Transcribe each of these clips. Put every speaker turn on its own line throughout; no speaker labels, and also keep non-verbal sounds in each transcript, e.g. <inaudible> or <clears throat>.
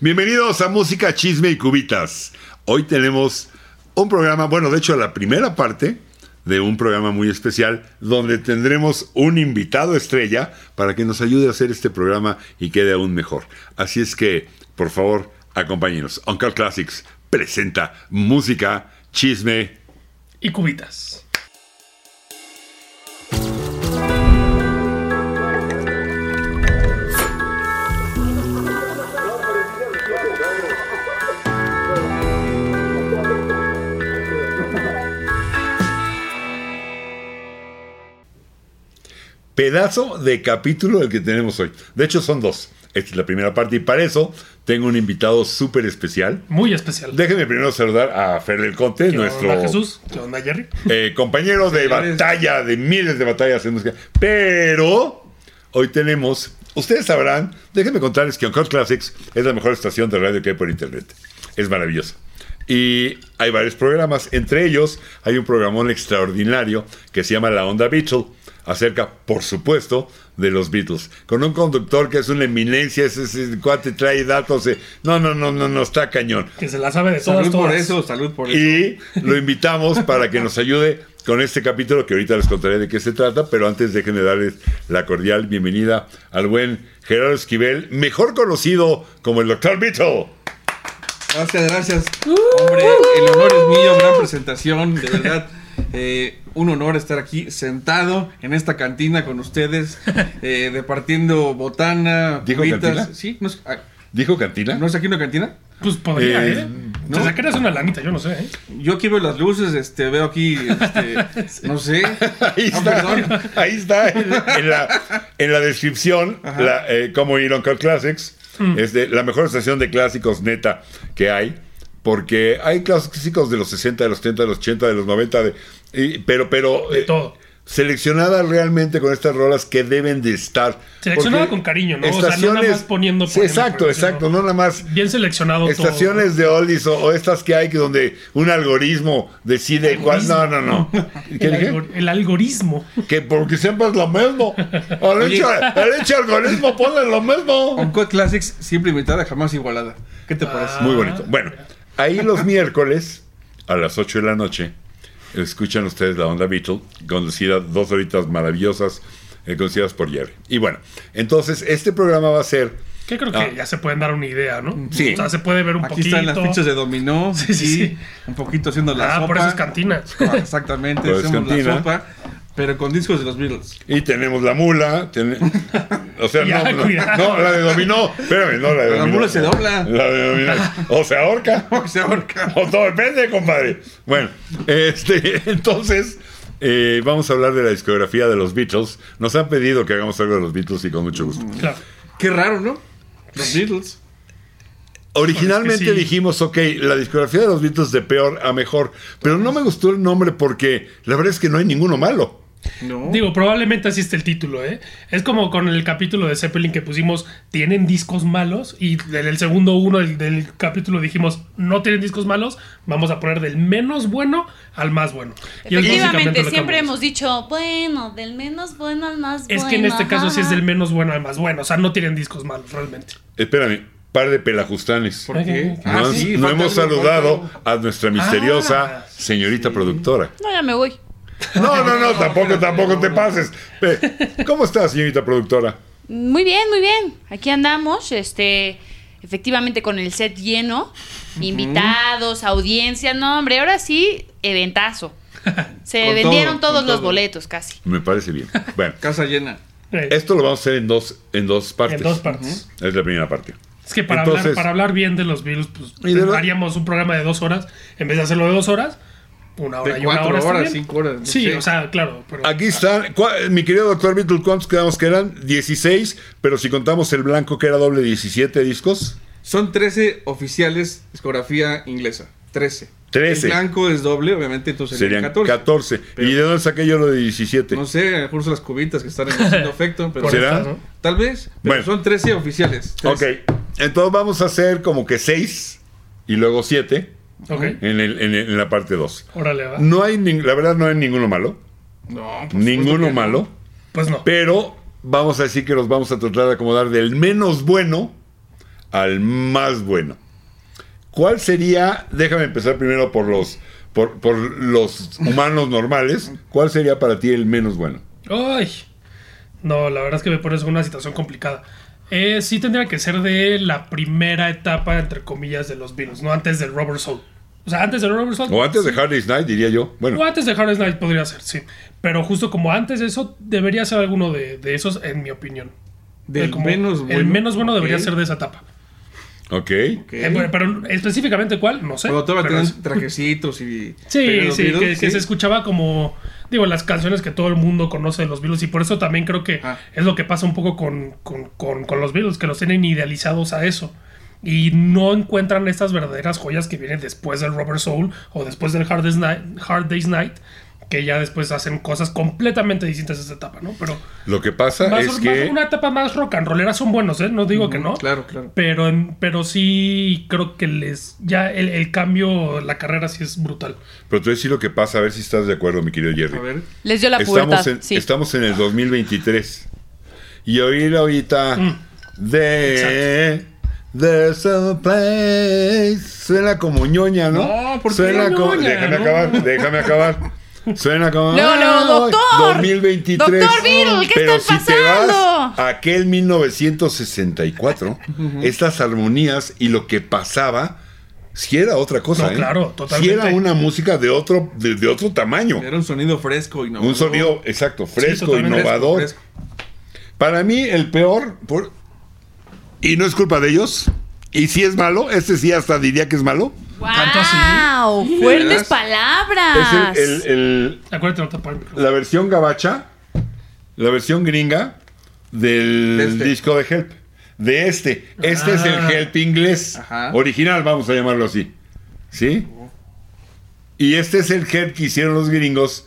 Bienvenidos a Música, Chisme y Cubitas. Hoy tenemos un programa, bueno, de hecho la primera parte de un programa muy especial donde tendremos un invitado estrella para que nos ayude a hacer este programa y quede aún mejor. Así es que, por favor, acompáñenos. Uncle Classics presenta Música, Chisme
y cubitas.
pedazo de capítulo el que tenemos hoy. De hecho, son dos. Esta es la primera parte y para eso tengo un invitado súper especial.
Muy especial.
Déjenme primero saludar a Fer del Conte,
¿Qué
nuestro
onda, Jesús? ¿Qué onda, Jerry?
eh, compañero de
Señores.
batalla, de miles de batallas en música. Pero hoy tenemos, ustedes sabrán, déjenme contarles que Encore Classics es la mejor estación de radio que hay por internet. Es maravillosa. Y hay varios programas, entre ellos hay un programón extraordinario que se llama La Onda Beatle, acerca, por supuesto, de los Beatles, con un conductor que es una eminencia, ese, ese cuate trae datos, eh, no, no, no, no, no, está cañón.
Que se la sabe de todas,
Salud por
todas.
eso, salud por eso.
Y lo invitamos para que nos ayude con este capítulo que ahorita les contaré de qué se trata, pero antes déjenme darles la cordial bienvenida al buen Gerardo Esquivel, mejor conocido como el Doctor Beatle.
Gracias, gracias.
Uh.
Hombre, el honor es mío, gran presentación, de verdad. <laughs> Eh, un honor estar aquí sentado en esta cantina
<laughs>
con ustedes, eh, departiendo botana,
¿Dijo
cubitas.
cantina? ¿Eh?
Sí, no es, ah,
¿Dijo cantina?
¿no es aquí una cantina.
Pues podría,
Eh,
¿eh?
no.
Te sacarías una lanita, yo no sé, ¿eh?
Yo aquí veo las luces, este, veo aquí,
<laughs>
este, no sé.
<laughs> Ahí
Ah,
está,
perdón.
ahí está en, en la, en la descripción
Ajá. Mm.
la, eh, cómo ir a Uncut Classics. Es de la mejor estación de clásicos neta que hay, porque hay clásicos de los 60, de los 70, de los 80, de los 90, de, y- pero, pero
De
eh,
todo.
seleccionada realmente con estas rolas que deben de estar.
Seleccionada
Porque
con cariño, ¿no? O sea, no nada más poniendo-
Sí,
poniendo,
exacto,
poniendo,
exacto, no nada más
Bien seleccionado
estaciones de oldies o, o estas que hay que donde un algoritmo decide cuál. No, no,
<laughs>
no.
todo.
¿Qué
El,
dije?
algor- el algoritmo.
Que porque siempre es lo mismo. Al
Oye.
hecho, al hecho algoritmo ponle lo mismo.
Uncut Classics, siempre invitada, jamás igualada. ¿Qué
Ah,
te parece?
Muy bonito. Bueno, ahí los miércoles a las 8 de la noche escuchan ustedes la onda Beatle, conducida dos horitas maravillosas, eh, conducidas por Jerry. Y bueno, entonces este programa va a ser.
Que creo que
Ah.
ya se pueden dar una idea, ¿no?
Sí.
O sea, se puede ver un
Aquí
poquito.
están las fichas de dominó.
Sí, sí,
aquí,
sí.
Un poquito haciendo la
Ah,
sopa.
por eso es
<laughs>
cantina.
Ah, Exactamente,
Por eso es
hacemos
Pues, cantina.
la sopa, pero con discos de los Beatles. <laughs>
Y tenemos la mula. ten- <laughs> o sea,
Ya,
no, no,
cuidado.
no, la de dominó. Espérame, no, la de
La
dominó.
mula se dobla.
La de dominó. O se ahorca.
Oh, se ahorca.
O todo depende, compadre. Bueno, este, <laughs> entonces eh, vamos a hablar de la discografía de los Beatles. Nos han pedido que hagamos algo de los Beatles y con mucho gusto.
Claro.
Qué raro, ¿no? Los Beatles.
Originalmente
Es que sí.
dijimos, ok, la discografía de los Beatles de peor a mejor, pero no me gustó el nombre porque la verdad es que no hay ninguno malo.
No.
Digo, probablemente así está el título, ¿eh? Es como con el capítulo de Zeppelin que pusimos, tienen discos malos, y en el segundo uno del, del capítulo dijimos, no tienen discos malos, vamos a poner del menos bueno al más bueno. Y es básicamente
Efectivamente,
lo que
siempre
vamos
hemos dicho, bueno, del menos bueno al más
a hacer.
bueno.
Es que en este caso sí es del
ajá.
menos bueno al más bueno, o sea, no tienen discos malos realmente.
Espérame, par de pelajustanes.
¿Por
eh,
qué?
No,
Ah,
has-
sí,
no
falta
hemos
algo,
saludado
falta
a nuestra misteriosa
Ah,
señorita productora.
No, ya me voy.
No, no, no, tampoco, tampoco te pases. Eh, ¿Cómo estás, señorita productora?
Muy bien, muy bien. Aquí andamos, este, efectivamente con el set lleno, invitados, audiencia, no, hombre, ahora sí,
<laughs>
eventazo. Se
Con
vendieron
todo,
todos
con
los
todo.
boletos casi.
Me parece bien. Bueno,
algo. Casa llena.
Eh,
Esto lo vamos a hacer en dos, en dos partes.
en dos partes.
Es la primera parte.
Es que para,
Entonces-
hablar, para hablar bien de los virus, pues
Y de lo-
haríamos un programa de dos horas, en vez de hacerlo de dos horas, una hora
De
y una
cuatro
hora. está
horas,
bien.
cinco horas, no
Sí,
sé.
o sea, claro. Pero,
Aquí están, cua- mi querido doctor Beatle, ¿cuántos quedamos que eran? 16, pero si contamos el blanco que era doble 17 discos,
Son 13 oficiales discografía inglesa. 13.
13.
El blanco es doble, obviamente, entonces
serían 14.
Pero-
¿Y de dónde saqué yo lo de 17?
No sé, curso las cubitas que están
<laughs>
haciendo efecto, pero
¿Será?
estas, ¿no?
tal vez. Pero
Bueno.
son 13 oficiales. 13.
ok, entonces vamos a hacer como que 6 y luego 7
Ok,
en, el- en el- en la parte 2.
órale, va.
No hay, nin- la verdad no hay ninguno malo,
No, por supuesto
ninguno
que no.
malo,
Pues no.
pero vamos a decir que los vamos a tratar de acomodar del menos bueno al más bueno. ¿Cuál sería? Déjame empezar primero por los, por, por los humanos normales. ¿Cuál sería para ti el menos bueno?
Ay. No, la verdad es que me pones en una situación complicada. Eh, sí tendría que ser de la primera etapa, entre comillas, de los Beatles, no antes del Rubber Soul. O sea, antes del Rubber Soul.
O antes de
sí.
Harley Night, diría yo. Bueno,
O antes de Hard Night podría ser, sí. Pero justo como antes de eso, debería ser alguno de, de esos, en mi opinión.
Del
De Eh, como-
menos
El
bueno,
menos bueno debería
ok.
ser de esa etapa.
ok.
Ok.
Eh, pero, pero específicamente cuál, no sé.
Cuando todavía
pero
tenían trajecitos y.
Sí,
pegados
sí, que,
dedos,
que se escuchaba como, digo, las canciones que todo el mundo conoce de los Beatles y por eso también creo que
Ah.
es lo que pasa un poco con, con- con- con los Beatles, que los tienen idealizados a eso. Y no encuentran estas verdaderas joyas que vienen después del Rubber Soul o después del Hard Day's Night, Hard Day's Night, que ya después hacen cosas completamente distintas a esa etapa, ¿no? Pero
Lo que pasa
más-
es
más
que.
una etapa más rock and rollera son buenos, ¿eh? No digo que no.
Mm, Claro, claro.
Pero, en- pero sí creo que les... Ya el, el cambio, la carrera sí es brutal.
Pero te voy a decir lo que pasa, a ver si estás de acuerdo, mi querido Jerry.
A ver.
Les dio la puerta.
estamos, en,
sí.
estamos en el 2023. Y oír ahorita
Mm.
de. There's a place. Suena como ñoña, ¿no?
No, ¿por qué
Suena
ñoña,
como. Déjame
no?
acabar, déjame acabar. Suena como.
Luego, luego,
"Ay,
doctor,
2023.
doctor Beatle, ¿qué
Pero
está
si te vas
pasando?
a aquel 1964, estas armonías y lo que pasaba. Si era otra cosa,
No,
¿eh?
claro,
Si
totalmente.
era una música de otro, de, de otro tamaño.
Era un sonido fresco y no.
Un sonido, exacto, fresco,
totalmente
innovador.
fresco.
Para mí, el peor, por- y no es culpa de ellos, y si es malo, este sí hasta diría que es malo,
¿Tanto así?
¡Wow!
veras?
¡Fuertes
es
palabras!
el- el- el-
Acuérdate, no tapar el micrófono.
la versión gabacha, la versión gringa del
De este.
disco de Help. De este. Este es el
Ah.
Help inglés.
Ajá.
Original, vamos a llamarlo así. ¿Sí? Y este es el Help que hicieron los gringos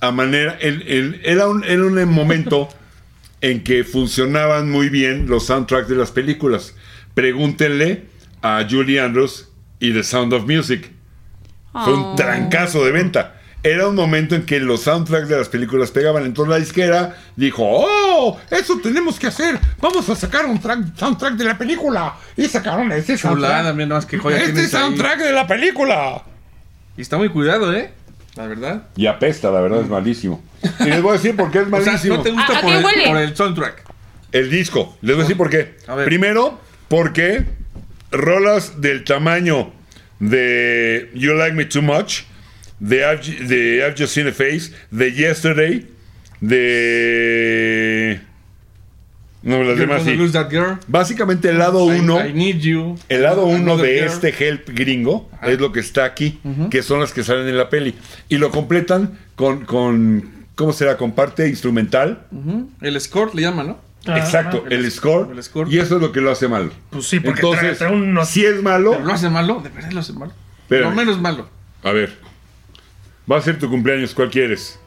a manera. el- el- era, un, era un
<laughs>
momento en que funcionaban muy bien los soundtracks de las películas. Pregúntenle a Julie Andrews y The Sound of Music. Fue
Oh.
un trancazo de venta. Era un momento en que los soundtracks de las películas pegaban. Entonces la disquera dijo, ¡Oh! Eso tenemos que hacer. Vamos a sacar un track- soundtrack de la película. Y sacaron este
Chulada,
soundtrack.
mira, nada más que joya
Este
tienes ahí.
soundtrack de la película.
Y está muy cuidado, ¿eh? La verdad.
Y apesta, la verdad, es malísimo. Y les voy a decir por qué es
<laughs> O sea,
malísimo.
no te
¿A-
gusta
Ah, a
por,
qué
el,
huele?
por el soundtrack.
Pues El disco. Les voy a decir por qué.
A ver.
Primero, porque rolas del tamaño de You Like Me Too Much, de I've, Ju- de I've Just Seen a Face, de Yesterday, de. No, las
You're
demás
gonna
sí.
lose that girl.
Básicamente el lado
I-
1.
I, need you.
El lado uno
Another
de
girl.
este help gringo es lo que está aquí, que son las que salen en la peli. Y lo completan con, con ¿cómo será? Con parte instrumental.
Ujú. El score le llaman, ¿no?
Ah,
Exacto,
ah,
el, score,
el score.
Y eso es lo que lo hace malo.
Pues sí, porque
Entonces,
trae- trae unos-
si es malo,
Pero lo hace malo, de verdad lo hace malo.
Espérame.
Lo menos malo.
a ver, va a ser tu cumpleaños, ¿cuál quieres?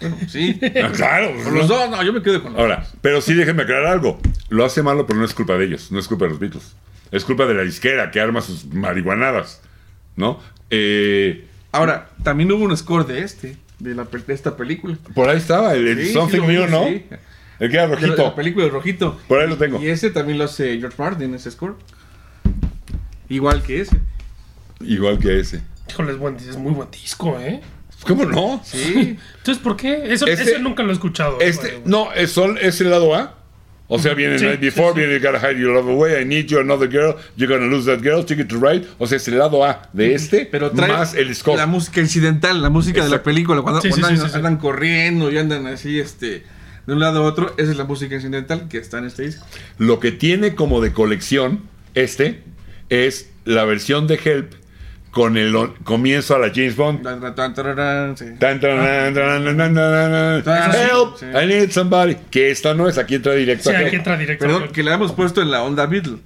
Bueno,
<laughs>
sí.
Eh,
Ah, claro. pues,
Por
¿no?
los dos, no, yo me quedo con los
Ahora, pero sí déjenme aclarar algo. Lo hace malo, pero no es culpa de ellos, no es culpa de los Beatles. Es culpa de la disquera que arma sus marihuanadas, ¿no? Eh,
Ahora, también hubo un score de este, de, la, pe- de esta película.
por ahí estaba el, el
Sí, sí
Something
lo vi,
New, ¿no?
sí.
El que era
De la, de la
rojito.
película de Rojito.
Por ahí lo tengo.
Y ese también lo hace George Martin, ese score. Igual que ese.
Igual que ese.
Híjole, es, buen- es muy buen disco, ¿eh?
¿Cómo no? <laughs>
Sí.
Entonces, ¿por qué? Eso,
Este-
eso nunca lo he escuchado.
Este,
Bueno,
no, es, sol- es el lado A. O sea, viene
Sí,
Night Before,
sí, sí.
viene Gotta Hide Your Love Away, I Need You, Another Girl, You're Gonna Lose That Girl, Ticket to Ride. O sea, es el lado A de este,
Pero trae
más el score.
la música incidental, la música de la
Exacto.
película. Cuando,
Sí, sí,
cuando
sí,
andan,
sí, sí.
andan corriendo y andan así, este, de un lado a otro, esa es la música incidental que está en este disco.
Lo que tiene como de colección este es la versión de Help con el on- comienzo a la James Bond.
Tan, tan, tan, tararán, sí.
Tan, tan, tan, tan, tan, tan, tan, tan.
Ah, sí,
Help,
sí.
I need somebody. Que esta no es, aquí entra directo.
Sí,
a Help.
aquí entra Ah, directo.
Perdón, que la hemos puesto en la onda Beatle.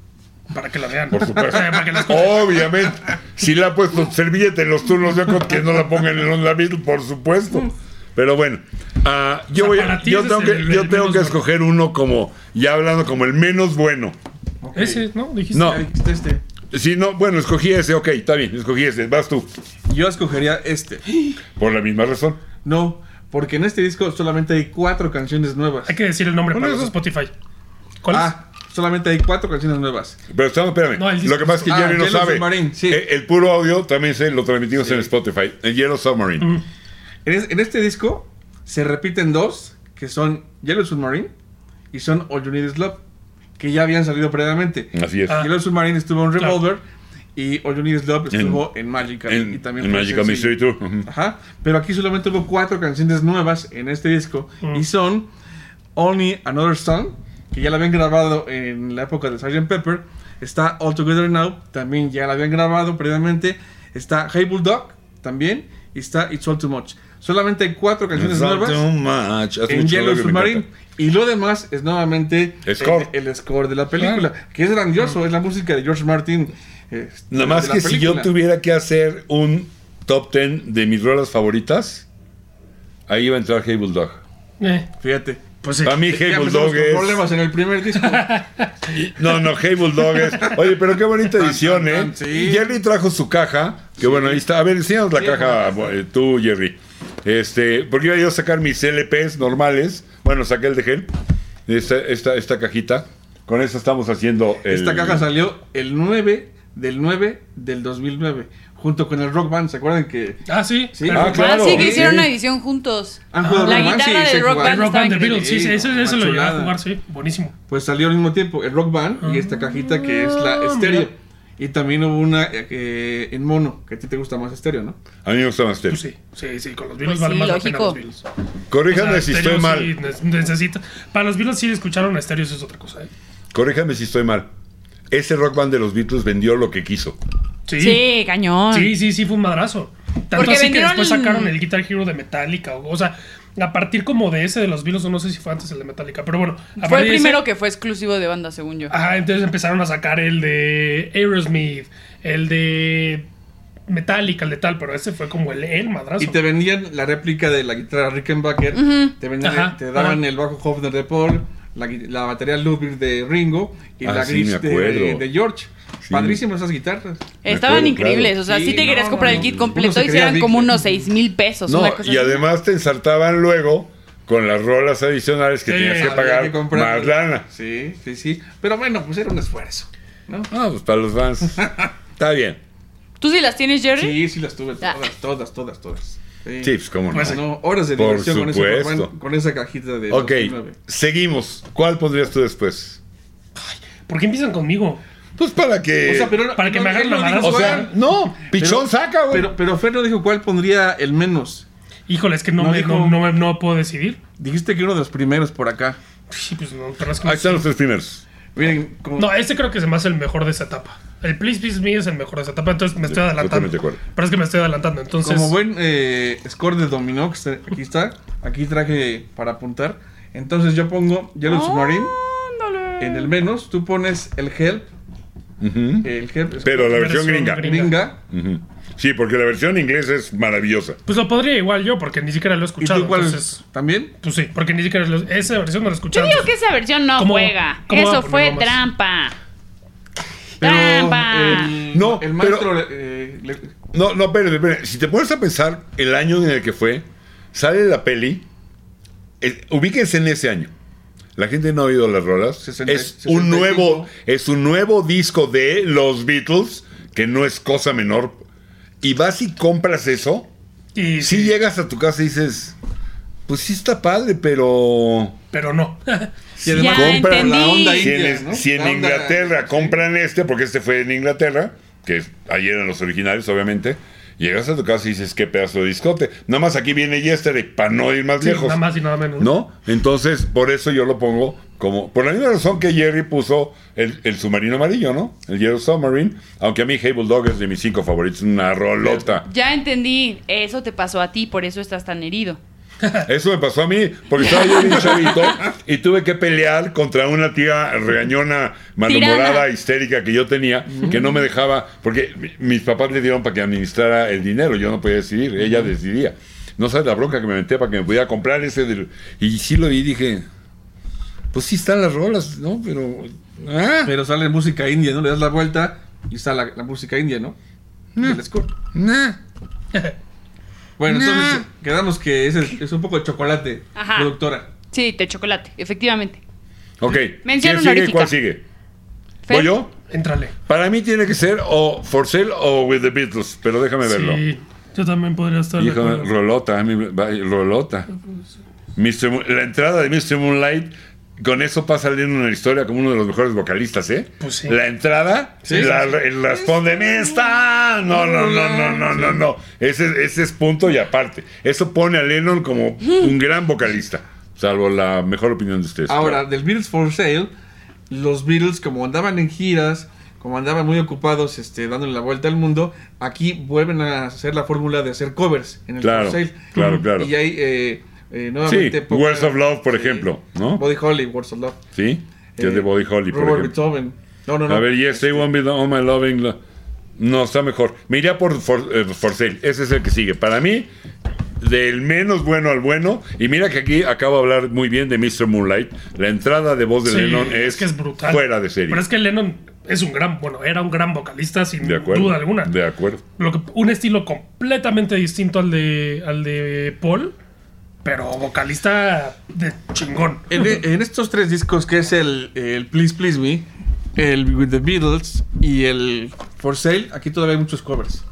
Para que la vean.
Por supuesto.
<laughs> O sea, para que la escuchen.
Obviamente. Si le ha puesto servilleta en los turnos de Ocot, que no la pongan en el onda Beatle, por supuesto. Pero bueno, ah, yo,
O sea,
voy a-
para ti
yo
ese
tengo
es
que,
el-
yo
el
tengo
menos
que
bueno.
escoger uno como, ya hablando, como el menos bueno.
Ese, ¿no? Dijiste.
No.
Ya dijiste este.
Si no, bueno, escogí ese, ok, está bien, escogí ese, vas tú.
Yo escogería este.
Por la misma razón.
No, porque en este disco solamente hay cuatro canciones nuevas.
Hay que decir el nombre
Bueno,
para los de
eso-
Spotify. ¿Cuál
ah, solamente hay cuatro canciones nuevas.
Pero estamos, espérame.
No, el disco.
lo que pasa es que
Ah,
Jerry no
Yellow
sabe.
Submarine, sí.
Eh, El, puro audio también se lo transmitimos
Sí.
en Spotify. El Yellow Submarine.
Mm.
En, es- en este disco se repiten dos, que son Yellow Submarine y son All You Need Is Love, que ya habían salido previamente.
Así es.
Ah.
Yellow Submarine estuvo en
Claro.
Revolver y All You Need Is Love estuvo en, Magical
en-
y también
en
fue
Magical
sencillo.
Mystery Tour. Ujú.
Ajá, pero aquí solamente hubo cuatro canciones nuevas en este disco y son Only Another Song, que ya la habían grabado en la época de Sgt. Pepper, está All Together Now, también ya la habían grabado previamente, está Hey Bulldog, también, y está It's All Too Much. Solamente hay cuatro canciones
It's all
nuevas
too much. Hace
en
mucho
Yellow
calor que me
Submarine.
encanta.
Y lo demás es nuevamente
Score.
El, el score de la película, que es grandioso, es la música de George Martin. eh,
Nada
de
más
la
que si yo
película.
tuviera que hacer un top 10 de mis rolas favoritas, ahí iba a entrar Hey Bulldog.
Eh,
Fíjate.
pues sí.
Para mí, Hey
Ya
Bulldog
empezamos con
es.
problemas en el
<laughs>
primer disco.
No, no, Hey Bulldog es. Oye, pero qué bonita edición,
tan,
¿eh?
tan, sí.
Y Jerry trajo su caja. Que bueno, ahí está. A ver, enséñanos la
Sí,
caja, eh, tú, Jerry. Este, porque iba yo a sacar mis LPs normales. Bueno, saqué el de Help. Esta, esta, esta cajita. Con esta estamos haciendo. el-
Esta caja salió el 9 del 9 del 2009, junto con el Rock Band. ¿Se acuerdan que
Ah, sí.
Sí.
Claro.
Ah, claro.
ah, sí, que
Sí.
hicieron una edición juntos.
Han jugado
la
Rock Band,
guitarra
sí,
del
se
Rock
El
jugaba.
Band.
Rock Band de
estaba increíble.
Beatles, sí, sí, eso, eso
Una
lo llegué a
chulada.
jugar, sí. Buenísimo.
pues salió al mismo tiempo el Rock Band y esta cajita que es la
Ah,
estéreo?
mira.
Y también hubo una eh, eh, en mono, que a ti te gusta más estéreo, ¿no?
A mí me gusta más Tel.
Pues sí, sí, sí, con los Beatles
Pues
vale
sí,
más la pena
lógico.
los Beatles.
Corríjame
O sea,
si
estéreo
estoy mal.
sí ne- necesita- Para los Beatles sí escucharon a Stereo, eso es otra cosa. ¿eh?
Corríjame si estoy mal. Ese rock band de los Beatles vendió lo que quiso.
Sí. sí.
Sí, cañón.
Sí, sí, fue un madrazo. Tanto
Porque
así que
vendieron
después
el-
sacaron el Guitar Hero de Metallica. O, o sea, a partir como de ese de los Beatles, o no sé si fue antes el de Metallica, pero bueno. a
Fue
partir
el
de ese-
primero que fue exclusivo de banda, según yo.
Ajá, entonces empezaron a sacar el de Aerosmith, el de Metallica, el de tal, pero ese fue como el, el madrazo.
Y te vendían la réplica de la guitarra Rickenbacker, te, vendían-
Ajá,
te daban
ajá.
el bajo Hofner de Paul, la, gui- la batería Ludwig de Ringo y
Ah,
la
sí,
gris
me
de,
acuerdo.
de George.
Sí.
Padrísimas esas guitarras.
Me
Estaban
acuerdo,
increíbles,
claro.
o sea,
Sí,
si te querías
no,
comprar el
no,
kit
no. Uno
completo
se
y
creía
eran como
adicto.
unos 6 mil pesos.
No,
Pues una cosa
y
así.
además te ensartaban luego con las rolas adicionales que
Sí,
tenías que
había
pagar
Había que comprar-
más lana.
Sí, sí, sí. Pero bueno, pues era un esfuerzo, ¿no?
Ah, pues para los
<laughs>
fans. Está bien.
¿Tú sí las tienes, Jerry?
Sí, sí las tuve
Ah.
todas, todas, todas, todas. Sí,
Sí, pues, cómo no.
Pues, no, horas de
Por
diversión con, ese
supuesto.
Walkman, con esa cajita de
ok,
2009.
seguimos. ¿Cuál pondrías tú después?
¿Por qué empiezan conmigo?
Pues para que.
O sea, pero
Para que me agarren
él no
la
dijo
mano,
o sea,
cuál.
no, pichón
Pero-
saca, güey.
Pero, pero Fer no dijo cuál pondría el menos.
Híjole, es que no,
No
me,
dijo-
no, no me- no puedo decidir.
Dijiste que uno de los primeros por acá.
Sí, pues no, pero es que no
Ahí
sé.
están los tres primeros.
Miren, como-
No, este creo que se me hace el mejor de esa etapa. El Please Please Me es el mejor de esa etapa, entonces me estoy adelantando.
totalmente de acuerdo.
Pero es que me estoy adelantando, entonces.
como buen eh, score de dominó, que está- aquí está. Aquí traje para apuntar. Entonces yo pongo Yellow Submarine
Ándale.
en el menos. Tú pones el help.
Ujú.
El help es
Pero la versión
Versión
gringa.
gringa.
gringa.
Ujú. Sí, porque la versión inglesa es maravillosa.
Pues lo podría igual yo, porque ni siquiera lo he
¿Y
escuchado.
tú cuál?
Entonces,
¿También?
pues sí, porque ni siquiera lo- esa versión no la he
Te
escuchado.
digo que
entonces-
esa versión no
¿Cómo-
juega.
cómo va a
Eso
poner
fue
bombas?
trampa.
Pero
Trampa.
el,
No,
el maestro
pero-
eh, le-
No, no, espérate, espérate. Si te pones a pensar el año en el que fue, sale la peli, eh, ubíquense en ese año. La gente no ha oído las rolas.
60,
es un
65.
nuevo, es un nuevo disco de los Beatles, que no es cosa menor. Y vas y compras eso.
Y
Si
sí,
llegas a tu casa y dices, pues sí está padre, pero
pero no. <laughs>
y además
Ya
compra la
entendí.
onda ahí.
si en,
Indias, ¿no?
si en
La onda-
Inglaterra compran este, porque este fue en Inglaterra, que es- ahí eran los originales, obviamente, llegas a tu casa y dices, qué pedazo de discote. Nada más aquí viene Yesterday, para no ir más
Sí,
lejos.
nada más y nada menos.
¿No? Entonces, por eso yo lo pongo como. Por la misma razón que Jerry puso el, el submarino amarillo, ¿no? El Yellow Submarine. Aunque a mí Hey Bulldog es de mis cinco favoritos, una rolota.
Ya entendí, eso te pasó a ti, por eso estás tan herido.
Eso me pasó a mí, porque estaba yo bien chavito y tuve que pelear contra una tía regañona, malhumorada,
Tirana.
histérica que yo tenía, que no me dejaba, porque mi- mis papás le dieron para que administrara el dinero, yo no podía decidir, ella decidía. No sabes la bronca que me metía para que me pudiera comprar ese. del- y sí lo vi y dije, pues sí están las rolas, ¿no? Pero... ah,
Pero sale música india, ¿no? Le das la vuelta y está la, la música india, ¿no?
Mm.
Del score.
nah".
Bueno,
Nah.
entonces quedamos que es, el- es un poco de chocolate,
Ajá.
productora.
Sí, te chocolate, efectivamente.
Ok,
Mención
¿quién sigue y
honorífica.
cuál sigue? ¿Voy yo?
Entrale.
Para mí tiene que ser o For Sale o With the Beatles, pero déjame verlo.
Sí, yo también podría estar. de
Hijo,
acuerdo.
Rolota, a mí me- va- Rolota. Mr. Moon- la entrada de Mr. Moonlight, con eso pasa en una historia como uno de los mejores vocalistas, ¿eh?
Pues sí.
La entrada,
Sí,
la,
sí,
el responde, ¡Mista! No, no, no, no, no, no, no. Ese, ese es punto y aparte. Eso pone a Lennon como un gran vocalista, salvo la mejor opinión de ustedes.
Ahora,
claro.
del Beatles for Sale, los Beatles, como andaban en giras, como andaban muy ocupados este, dándole la vuelta al mundo, aquí vuelven a hacer la fórmula de hacer covers en el
Claro,
for sale.
claro, claro.
Y hay eh, eh,
Sí,
nuevamente. poca-
Words of Love, por
eh,
ejemplo, ¿no?
Body Holly, Words of Love.
Sí, que es de
Eh,
Body Holly, por
Robert
ejemplo.
Beethoven. No, no, no.
A ver, este? yes, they won't be the- all my loving. lo- No, está mejor. Me iría por for, eh, For Sale. Ese es el que sigue. Para mí, del menos bueno al bueno. Y mira que aquí acabo de hablar muy bien de Mr. Moonlight. La entrada de voz de
Sí,
Lennon es,
que es brutal.
fuera de serie.
Pero es que Lennon es un gran, bueno, era un gran vocalista sin
de acuerdo.
duda alguna.
De acuerdo.
Lo que- un estilo completamente distinto al de, al de Paul, pero vocalista de chingón.
En, en estos tres discos, que es el, el Please Please Me, el With the Beatles y el For Sale, aquí todavía hay muchos covers.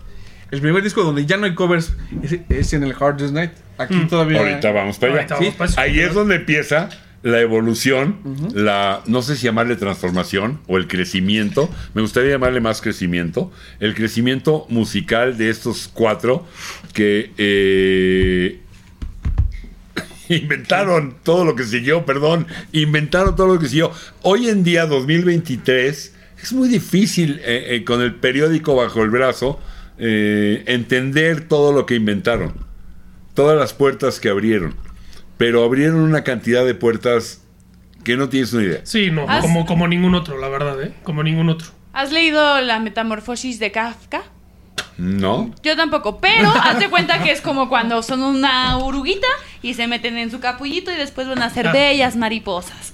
El primer disco donde ya no hay covers es, es en el Hard Day's Night. Aquí todavía.
Mm. Ahorita vamos para allá.
Ahorita vamos
Sí,
para eso.
Ahí es donde empieza la evolución, la no sé si llamarle transformación o el crecimiento, me gustaría llamarle más crecimiento, el crecimiento musical de estos cuatro que eh, <laughs> inventaron todo lo que siguió, perdón, inventaron todo lo que siguió. Hoy en día, 2023, es muy difícil eh, eh, con el periódico bajo el brazo eh, entender todo lo que inventaron, todas las puertas que abrieron, pero abrieron una cantidad de puertas que no tienes una idea.
Sí, no,
Has-
como, como ningún otro, la verdad, ¿eh? Como ningún otro.
¿Has leído La Metamorfosis de Kafka?
¿No?
Yo
<laughs>
tampoco, pero hazte cuenta que es como cuando son una uruguita y se meten en su capullito y después van a ser
Ah.
bellas mariposas.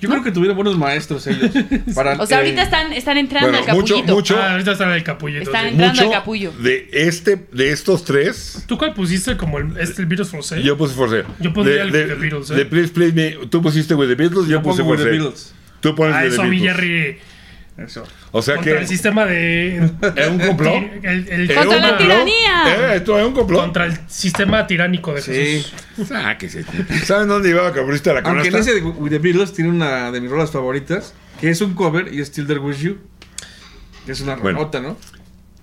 Yo creo que tuvieron buenos
<laughs>
maestros ellos. para,
O sea, ahorita
eh,
están, están entrando
Bueno,
al capullito.
mucho, mucho.
Ah, ahorita está en el capullo.
Está
entonces.
en- Entrando al capullo.
de este, de estos tres,
¿Tú cuál pusiste como el, este, el virus for sale?
Yo puse For Sale.
Yo pondría el
de,
With the Beatles, ¿eh?
de Please Please Me. Tú pusiste With the Beatles, yo,
Yo
puse
pongo
For
With the
Sale.
Beatles.
Tú pones
Ah,
With the
eso, mi
Beatles.
Jerry.
Eso.
O sea
Contra el
que
sistema de.
es un complot.
<laughs> el- el-
¿Es
Contra
un
la
complot?
tiranía.
Eh, esto es un complot.
Contra el sistema tiránico de
Sí.
Jesús.
Ah, que se- ¿Saben dónde iba a cabrista la
Aunque en
canasta?
ese de With the Beatles tiene una de mis rolas favoritas, que es un cover y es Still There With You. Que es una
Bueno.
nota, ¿no?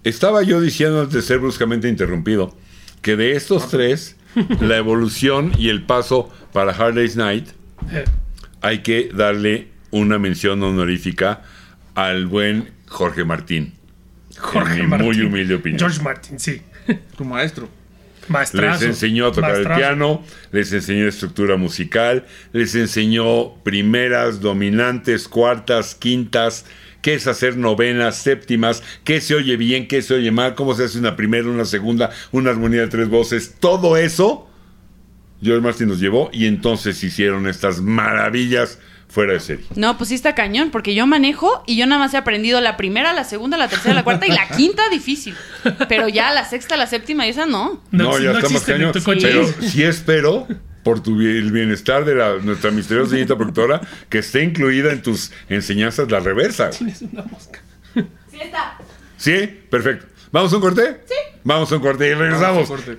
Estaba yo diciendo antes de ser bruscamente interrumpido que de estos tres, la evolución y el paso para Hard Day's Night
Eh,
hay que darle una mención honorífica al buen Jorge Martín.
Jorge
En mi
Martín.
muy humilde opinión.
George Martin, sí.
Tu maestro.
Maestrazo.
Les enseñó a tocar el
Maestrazo.
piano, les enseñó estructura musical, les enseñó primeras, dominantes, cuartas, quintas, qué es hacer novenas, séptimas, qué se oye bien, qué se oye mal, cómo se hace una primera, una segunda, una armonía de tres voces, todo eso. George Martin nos llevó y entonces hicieron estas maravillas fuera de serie.
No, pues sí está cañón, porque yo manejo y yo nada más he aprendido la primera, la segunda, la tercera, la cuarta y la quinta difícil. Pero ya la sexta, la séptima y esa no.
No,
No,
exi-
ya
no
está más
existe en
cañón.
tu coche.
Pero sí espero, por tu bien- el bienestar de la- nuestra misteriosa señorita productora, que esté incluida en tus enseñanzas la reversa.
Tienes una mosca.
Sí está.
¿Sí? Perfecto. ¿Vamos a un corte? Sí. Vamos a un corte y regresamos.
Corte.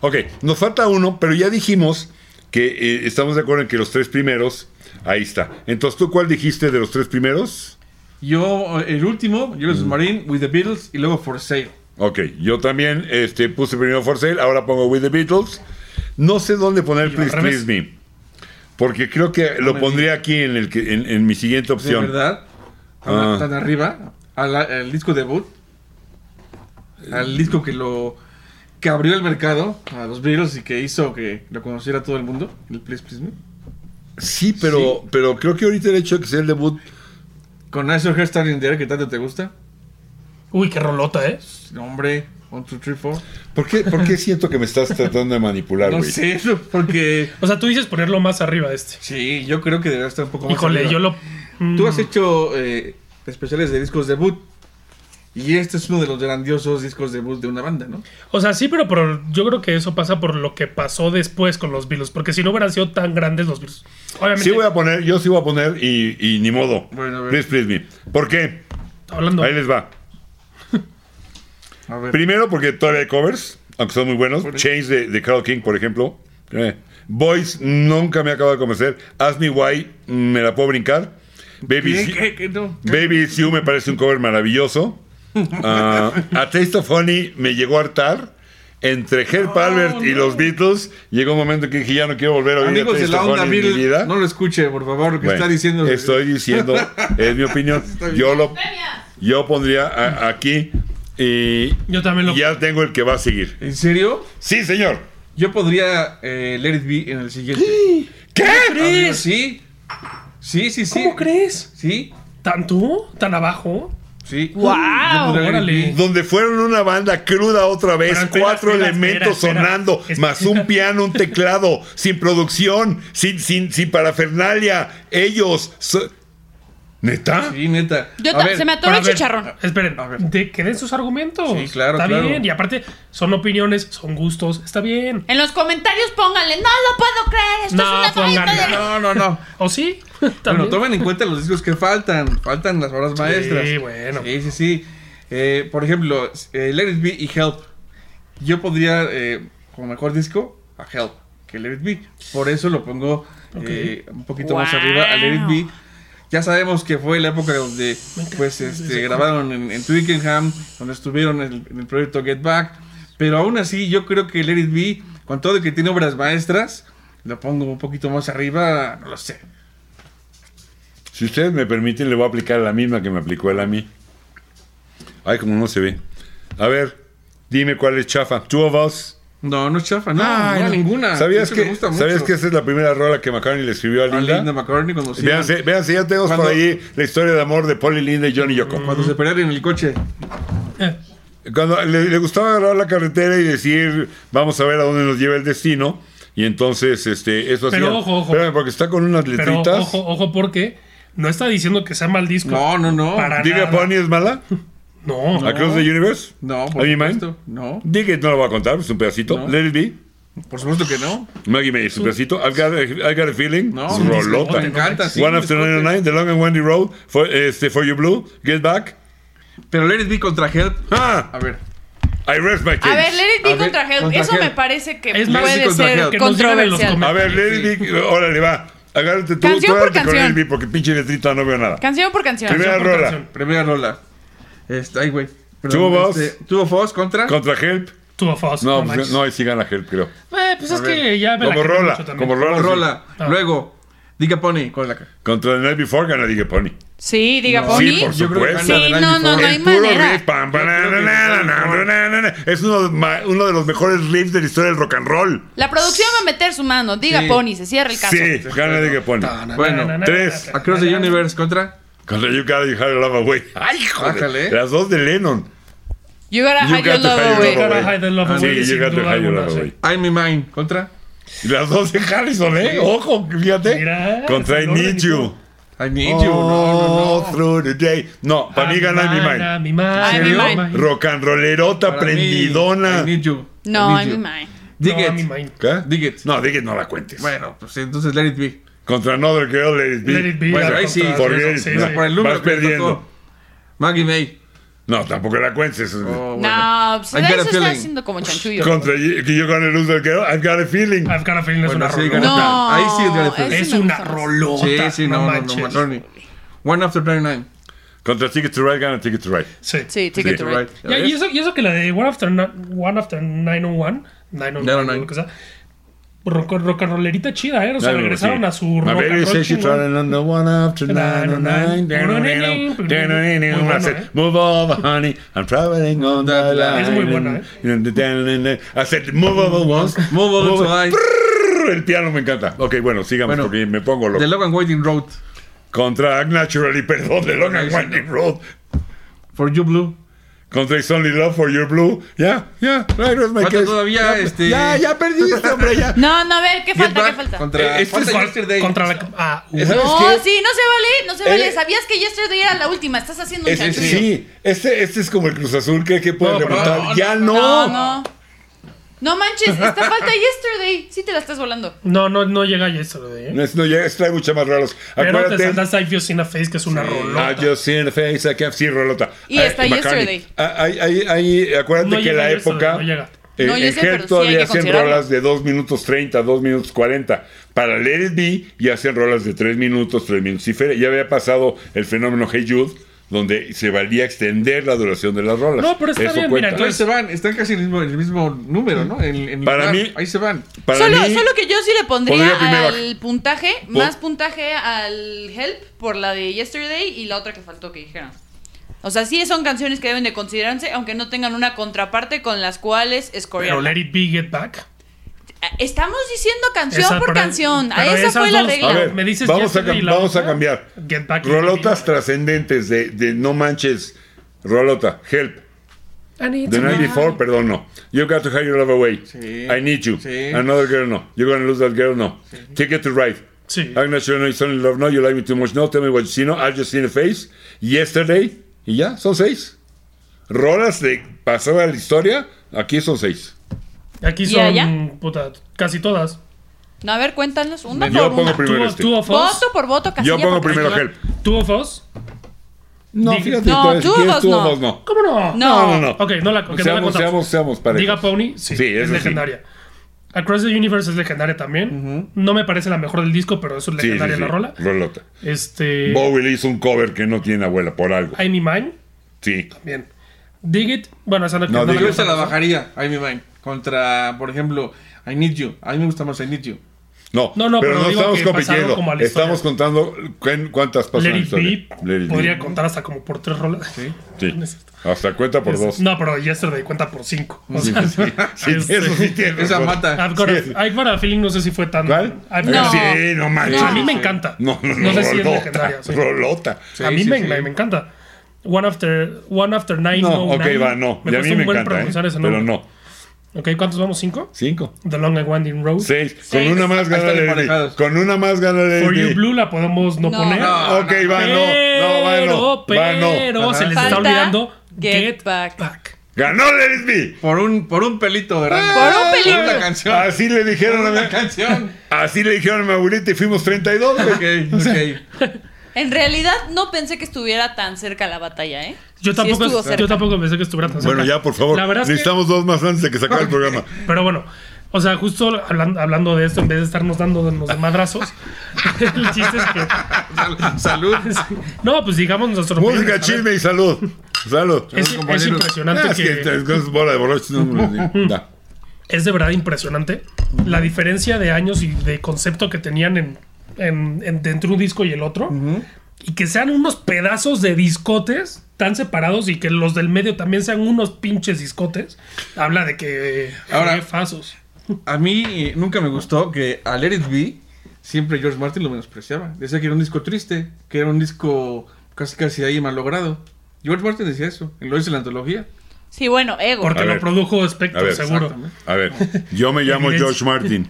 Ok, nos falta uno, pero ya dijimos que eh, estamos de acuerdo en que los tres primeros, ahí está. Entonces, ¿tú cuál dijiste de los tres primeros?
Yo, eh, el último, Yellow
Mm.
Submarine, With the Beatles y luego For Sale.
Ok, yo también este, puse primero For Sale, ahora pongo With the Beatles. No sé dónde poner
Y al
Please
revés.
Please Me, porque creo que lo
me
pondría aquí en, el que- en, en mi siguiente
De
opción.
verdad, tan-
Ah.
tan arriba, al, al disco debut, al disco que lo que abrió el mercado a los Beatles y que hizo que lo conociera todo el mundo, el Please Please Me,
Sí, pero, pero creo que ahorita el hecho de que sea el debut
con Nice Hair Starting There, que tanto te gusta,
Uy, qué rolota, ¿eh?
hombre, One, Two, Three, Four,
¿Por qué, por qué siento que me estás tratando de manipular,
no
güey?
sé, <laughs> porque
O sea, tú dices ponerlo más arriba este.
sí, yo creo que debería estar un poco más
Híjole, mm,
arriba.
yo lo.
Tú has hecho eh, especiales de discos debut. Y este es uno de los grandiosos discos debut de una banda, ¿no?
O sea, sí, pero por- yo creo que eso pasa por lo que pasó después con los Beatles. Porque si no hubieran sido tan grandes los Beatles. Obviamente,
Sí voy a poner, yo sí voy a poner y, y ni modo.
Bueno, a ver.
Please, please me. ¿Por qué?
hablando.
Ahí les va.
A ver.
Primero porque todavía hay covers, aunque son muy buenos. Change de, de Carl King, por ejemplo. Eh, Boys nunca me acaba de convencer. Ask Me Why mm, me la puedo brincar. Baby,
¿Qué?
Si-
¿Qué? ¿Qué? No.
Baby It's You me parece un cover maravilloso. Ah, a Taste of Honey me llegó a hartar. Entre Herb
Oh,
Albert y los Beatles llegó un momento que dije ya no quiero volver a oír a
Amigos de
Taste
la
of
onda
Honey en mi
Bill,
vida.
no lo escuche, por favor, lo que
Bueno,
está diciendo.
Estoy diciendo,
<laughs>
es mi opinión.
bien.
Yo lo
Premias.
yo pondría a- aquí y
Yo también lo.
ya tengo el que va a seguir.
¿En serio?
Sí, señor.
Yo podría eh, Let It Be en el siguiente.
¿Qué?
Amigos,
¿Crees?
Sí. Sí, sí, sí.
¿Cómo crees?
Sí,
¿Tanto? ¿Tan abajo.
sí.
Guau,
Yo podría Let It
órale.
Be.
Donde fueron una banda cruda otra vez,
Pero espera,
cuatro
espera,
elementos
espera, espera.
sonando,
Espera.
más un piano, un teclado, <laughs> sin producción, sin, sin, sin parafernalia. Ellos. so- ¿Neta?
Sí, neta.
Yo
A
ta-
ver,
se me atoró
Pero a
el
ver,
chicharrón.
Esperen,
A ver.
de- queden sus argumentos.
Sí, claro,
Está
claro.
bien. Y aparte, son opiniones, son gustos. Está bien.
En los comentarios pónganle, no lo puedo creer, esto
No,
es una
pónganle.
falta de...
No, no, no.
¿O sí?
<laughs> Bueno,
También.
tomen en cuenta los discos que faltan. Faltan las obras maestras.
bueno.
Sí, sí, sí. Eh, por ejemplo, eh, Let It Be y Help. Yo podría, eh, como mejor disco, a Help que Let It Be. Por eso lo pongo eh, un poquito más
Wow.
arriba a Let It Be. Ya sabemos que fue la época donde pues, este, grabaron en, en Twickenham, donde estuvieron en el, en el proyecto Get Back. Pero aún así, yo creo que Let It Be, con todo que tiene obras maestras, lo pongo un poquito más arriba, no lo sé.
Si ustedes me permiten, le voy a aplicar la misma que me aplicó él a mí. Ay, como no se ve. A ver, dime cuál es chafa. Two of Us.
No, no es chafa, no,
Ah,
Ay,
no,
no.
ninguna.
¿Sabías
De hecho,
que,
me gusta
¿Sabías
mucho.
que esa es la primera rola que McCartney le escribió a
A
Linda? eh.
Linda McCartney cuando se
Véanse, véanse, ya tenemos
Cuando-
por ahí la historia de amor de Polly Linda y Johnny Yoko.
cuando se pelearon en el coche.
Eh,
Cuando le, le gustaba agarrar la carretera y decir, vamos a ver a dónde nos lleva el destino. Y entonces, este, eso
Pero
hacía-
ojo, ojo.
Espérame, porque está con unas
pero
letritas.
ojo, ojo, porque no está diciendo que sea mal disco.
No, no, no.
Para
Diga
nada.
Pony es mala.
No.
Across the Universe.
No,
Are
por
you mine?
supuesto. No,
Diga, no lo voy a contar, es un pedacito.
No.
Let it be.
por supuesto que no.
Maggie May, su pedacito. I got a, I got a feeling.
No,
Su
un
rolota.
discote, me encanta. sí,
One
un
After
discote.
99, The Long and Windy Road. For, este, for You Blue. Get Back.
Pero Let It Be contra Help. A
Ah,
ver,
I rest my case.
A ver, Let it
A
be
ver,
contra Help,
contra
eso
Help.
me parece que
Es más,
puede
contra
ser
Help.
Que nos digan en los
controversial.
A ver, Lady Big, órale, va. Agárrate tú, tú
Canción por
agárrate con
canción.
Lady Big, porque pinche letrita no veo nada.
Canción por canción.
Primera
por
rola.
canción.
primera rola. Este, ay, güey. Perdón,
Two of Us.
este, Two of Us contra.
Contra Help.
Two of Us,
No, pues,
manches.
no, ahí sí gana Help, creo.
Eh, pues es que ya me la
Como
quemé
rola,
mucho también.
como rola.
Como
sí.
rola.
Ah.
Luego, Diga Pony. ¿Cuál es la cara?
Contra The Night Before gana Dije Pony.
Sí, diga
No.
Pony.
Sí, por
Yo creo que
supuesto.
gana
Sí,
del
no,
año
no,
por-
no
El
hay
puro
manera.
riff, pam,
Yo creo que
banana,
gana
na,
Before.
na, na, na. es uno de, ma- uno de los mejores riffs de la historia del rock and roll.
La producción va a meter su mano. Diga
Sí.
Pony, se cierra el caso.
Sí, gana Dije Pony.
Bueno,
tres.
Across the Universe contra.
Contra You Gotta You Had Your Love Away. Ay,
Bájale.
joder. Las dos de Lennon.
You gotta
You
hide your
Gotta
love
Hide
away.
Your Love
Gotta Hide the Love
Away.
Away,
Sí,
sin
You Gotta
duda
Hide Your Love
alguna,
Away.
I'm in Mine contra.
Y Las dos de Harrison, ¿eh? Ojo, fíjate.
Mira,
Contra I
no,
Need
no,
You.
I need you. No,
All
Oh.
no, no.
through the day. No, para mí gana mi mind.
Mi mind.
Ay, mi
¿En
mind.
serio?
Rock and rollerota
Para mí,
prendidona.
I need you. I
No, I'm
need
in
you.
mine.
Dig
No,
it.
mi mind.
¿Qué?
Dig it.
No, Dig It no la cuentes.
Bueno, pues entonces Let It Be.
Contra Another Girl, Let It Be.
Let it be.
Bueno,
la
ahí sí,
contra-
por bien,
sí,
no,
sí.
Vas
Por el número que le
perdiendo.
tocó. Maggie May.
No, tampoco la cuentes.
Oh, bueno.
No, pues
I got a
eso está
feeling.
haciendo como chanchullo.
Contra You que You Gonna Lose That Girl, I've Got a Feeling.
Ah.
I've got a feeling es
Bueno,
una
sí,
rolota.
gana.
No,
Ahí sí es Got a Feeling.
ese
Es
me
una
gusta más.
rolota.
Sí, sí, no, no, no,
manches.
McCartney. One After 99.
Contra Ticket to Ride, gana Ticket to Ride.
Sí.
Sí, Ticket
Sí.
to
Right.
Ride.
Ya, y, eso, y eso que la de One After, Na- One After 901, 909,
909.
lo que sea, rock, rock and rollerita chida, ¿eh? O sea,
Claro,
regresaron
oh sí.
a su rock
My
and
baby
roll
says she's
chingón.
running on the one after nine oh nine.
Muy buena,
Hace,
¿eh?
Move over, honey. I'm traveling on the line.
Es muy buena, ¿eh?
Hacer move over once.
<laughs> Move over twice.
Prrr, El piano me encanta. Ok, bueno, sigamos
Bueno,
porque me pongo
The
loco.
Love and Waiting Road.
Contra Naturally, perdón, de Long and
Ahí sí,
Winding Road.
For You Blue.
Contra It's Only Love for Your Blue. Ya, ya, right, that's my
Falta
case.
todavía,
ya,
este-
ya, ya perdiste, hombre,
<laughs>
ya.
No, no, a ver, ¿qué
Get
falta? ¿Qué
Back
falta?
Contra,
Eh, este
falta
es Far-
Yesterday.
Contra la. Ah, uh,
¿Sabes
No,
qué?
sí, no se vale, no se
Eh,
vale. Sabías que Yesterday era la última, estás haciendo un
Este,
chanchullo.
sí, este, este es como el Cruz Azul que, que puede
No, pero
remontar.
no,
ya no.
No, no. No
<laughs>
manches, esta falta Yesterday. Sí te la estás volando.
No, no, no llega a eso, ¿eh?
No, es- no, ya trae muchas más raros.
Pero te
Acuérdate. Ah,
saltas I Just Seen a Face, que es una rolota.
I just seen a face, I can't see rolota.
Y
Ah,
está
McCartney.
Yesterday.
Ah, Hay, hay, hay, acuérdate
No
que
llega
la
Yesterday,
época.
no llega.
eh,
No, yo
en
sé, pero
Head
sí hay
todavía
que
hacían
considerarlo.
rolas de 2 minutos 30, 2 minutos 40. Para Let It Be y hacían rolas de 3 minutos, 3 minutos. Y feria. ya había pasado el fenómeno Hey Jude, donde se valía extender la duración de las rolas.
No, pero está
Eso
bien, mira,
cuenta.
Entonces se van, están casi en el mismo, en el mismo número, ¿no? En- en
Para
lugar.
mí-
Ahí se van.
Para
solo,
mí,
solo que yo sí le pondría
pondría primero
al puntaje,
Po-
más puntaje al Help por la de Yesterday y la otra que faltó que dijeron. O sea, sí son canciones que deben de considerarse, aunque no tengan una contraparte con las cuales
Pero
escorear.
Let It Be, Get Back.
Estamos diciendo canción
Esa,
por
pero-
canción. A
pero
esa
esas
fue la
dos-
regla.
A ver,
Me dices
vamos, a,
Yesterday
cam-
y la
vamos a
otra.
cambiar.
Get Back y
Rolotas
Get Back.
trascendentes de, de No Manches. Rolota, Help.
I need
The
to-
94, perdón, no. You got to hide your love away.
Sí.
I need you.
Sí.
Another girl, no. You're gonna lose that girl, no. Ticket to ride.
Sí.
I'm not sure no, it's only love, no. You like me too much, no. Tell me what you see, no. I just seen a face. Yesterday. Y ya, son seis. Rolas de pasada la historia. Aquí son seis.
Aquí
¿Y
son,
allá?
puta, casi todas.
No, a ver, cuéntanos una
Yo
por
pongo
una.
primero
Two,
este.
two of Us.
Voto por voto, casilla
Yo pongo
por
primero
casilla.
help.
Two of Us.
No,
Diga-
fíjate,
No,
entonces,
tú
¿quieres
dos
tú o
no.
dos no.
¿Cómo no?
No, no, no.
Ok, no la, ok, no
seamos,
la contamos.
seamos, seamos parejos.
Diga Pony, sí,
Sí,
es
eso sí.
legendaria. Across the Universe es legendaria también. No me parece la mejor del disco, pero eso es
Sí, sí,
legendaria
sí.
la rola.
Rolota.
Este.
Bowie le hizo un cover que no tiene abuela, por algo.
I Need Mine,
Sí.
bien. Dig It, bueno, esa no,
No, Dig
la
Yo se la
contamos.
bajaría, I Me Mine. Contra, por ejemplo, I Need You. A mí me gusta más I Need You.
No,
No, no,
pero
pero
no
digo
estamos
que pasaron
compitiendo.
como a la
Estamos
historia.
contando cuen- cuántas pasan
Let
en la
It
historia. Let
Be
It
podría
Be.
contar hasta como por tres rolas. <laughs> Sí.
Sí. Hasta cuenta por dos. <laughs>
No, pero Yesterday cuenta por cinco. <laughs> O sea,
Sí,
este,
eso
<laughs>
sí tiene
Esa
razón.
mata.
I've got, a, I've got a feeling, no sé si fue tan.
¿Cuál?
I've-
No.
Sí, no manches.
A mí me
Sí.
encanta.
No, no, no.
sé si es
rolota,
legendaria. sí.
Rolota.
a
Sí,
mí
sí,
me,
sí.
me- me encanta. One After, one after Nine.
No,
no
ok,
nine.
va, no. y a
cuesta
mí
un
me
buen
encanta.
pronunciar
¿eh?
ese
Pero
nombre.
no.
Ok, ¿cuántos vamos? ¿Cinco?
Cinco.
The Long and Winding Road.
Seis.
Seis.
Con una más gana
están
Let It Be.
emparejados.
Con una más gana Let It
For You
Be.
Blue la podemos no,
No.
poner.
No,
Ok, va, no. No, va, no.
pero,
Va,
pero
no.
se les
Falta
está olvidando
Get
Get,
Back.
back.
Ganó Let It Be.
Por un, por un pelito, ¿verdad?
Por un pelito.
Una canción.
Así le dijeron a
Una
mi,
canción.
así le dijeron a mi abuelita y fuimos 32. güey.
Ok, ok.
En realidad no pensé que estuviera tan cerca la batalla, ¿eh?
Yo
Sí
tampoco,
estuvo cerca.
yo tampoco pensé que estuviera tan
Bueno,
cerca.
ya, por favor.
La verdad es que-
Necesitamos dos más antes de que se acabe el programa.
Pero bueno, o sea, justo hablan- hablando, de esto, en vez de estarnos dando de madrazos, <laughs> el chiste es que.
<laughs> Sal- Salud.
No, pues digamos nosotros.
Música, chisme y salud. Salud.
Es, es
compañeros.
impresionante
Ah, es que
que.
es que es bola de borrachos. no,
<laughs>
hombre, da.
Es de verdad impresionante la diferencia de años y de concepto que tenían en, en- en- de entre un disco y el otro. Y que sean unos pedazos de discotes tan separados y que los del medio también sean unos pinches discotes. Habla de que.
Ahora-
qué fasos.
A mí eh, nunca me gustó que a Let It Be siempre George Martin lo menospreciaba. Decía que era un disco triste, que era un disco casi casi ahí malogrado. George Martin decía eso, y lo dice en la antología.
Sí, bueno, ego.
Porque
A
lo
ver.
produjo
A
Spectre,
ver,
seguro.
exactamente.
A ver, yo me llamo George Martin.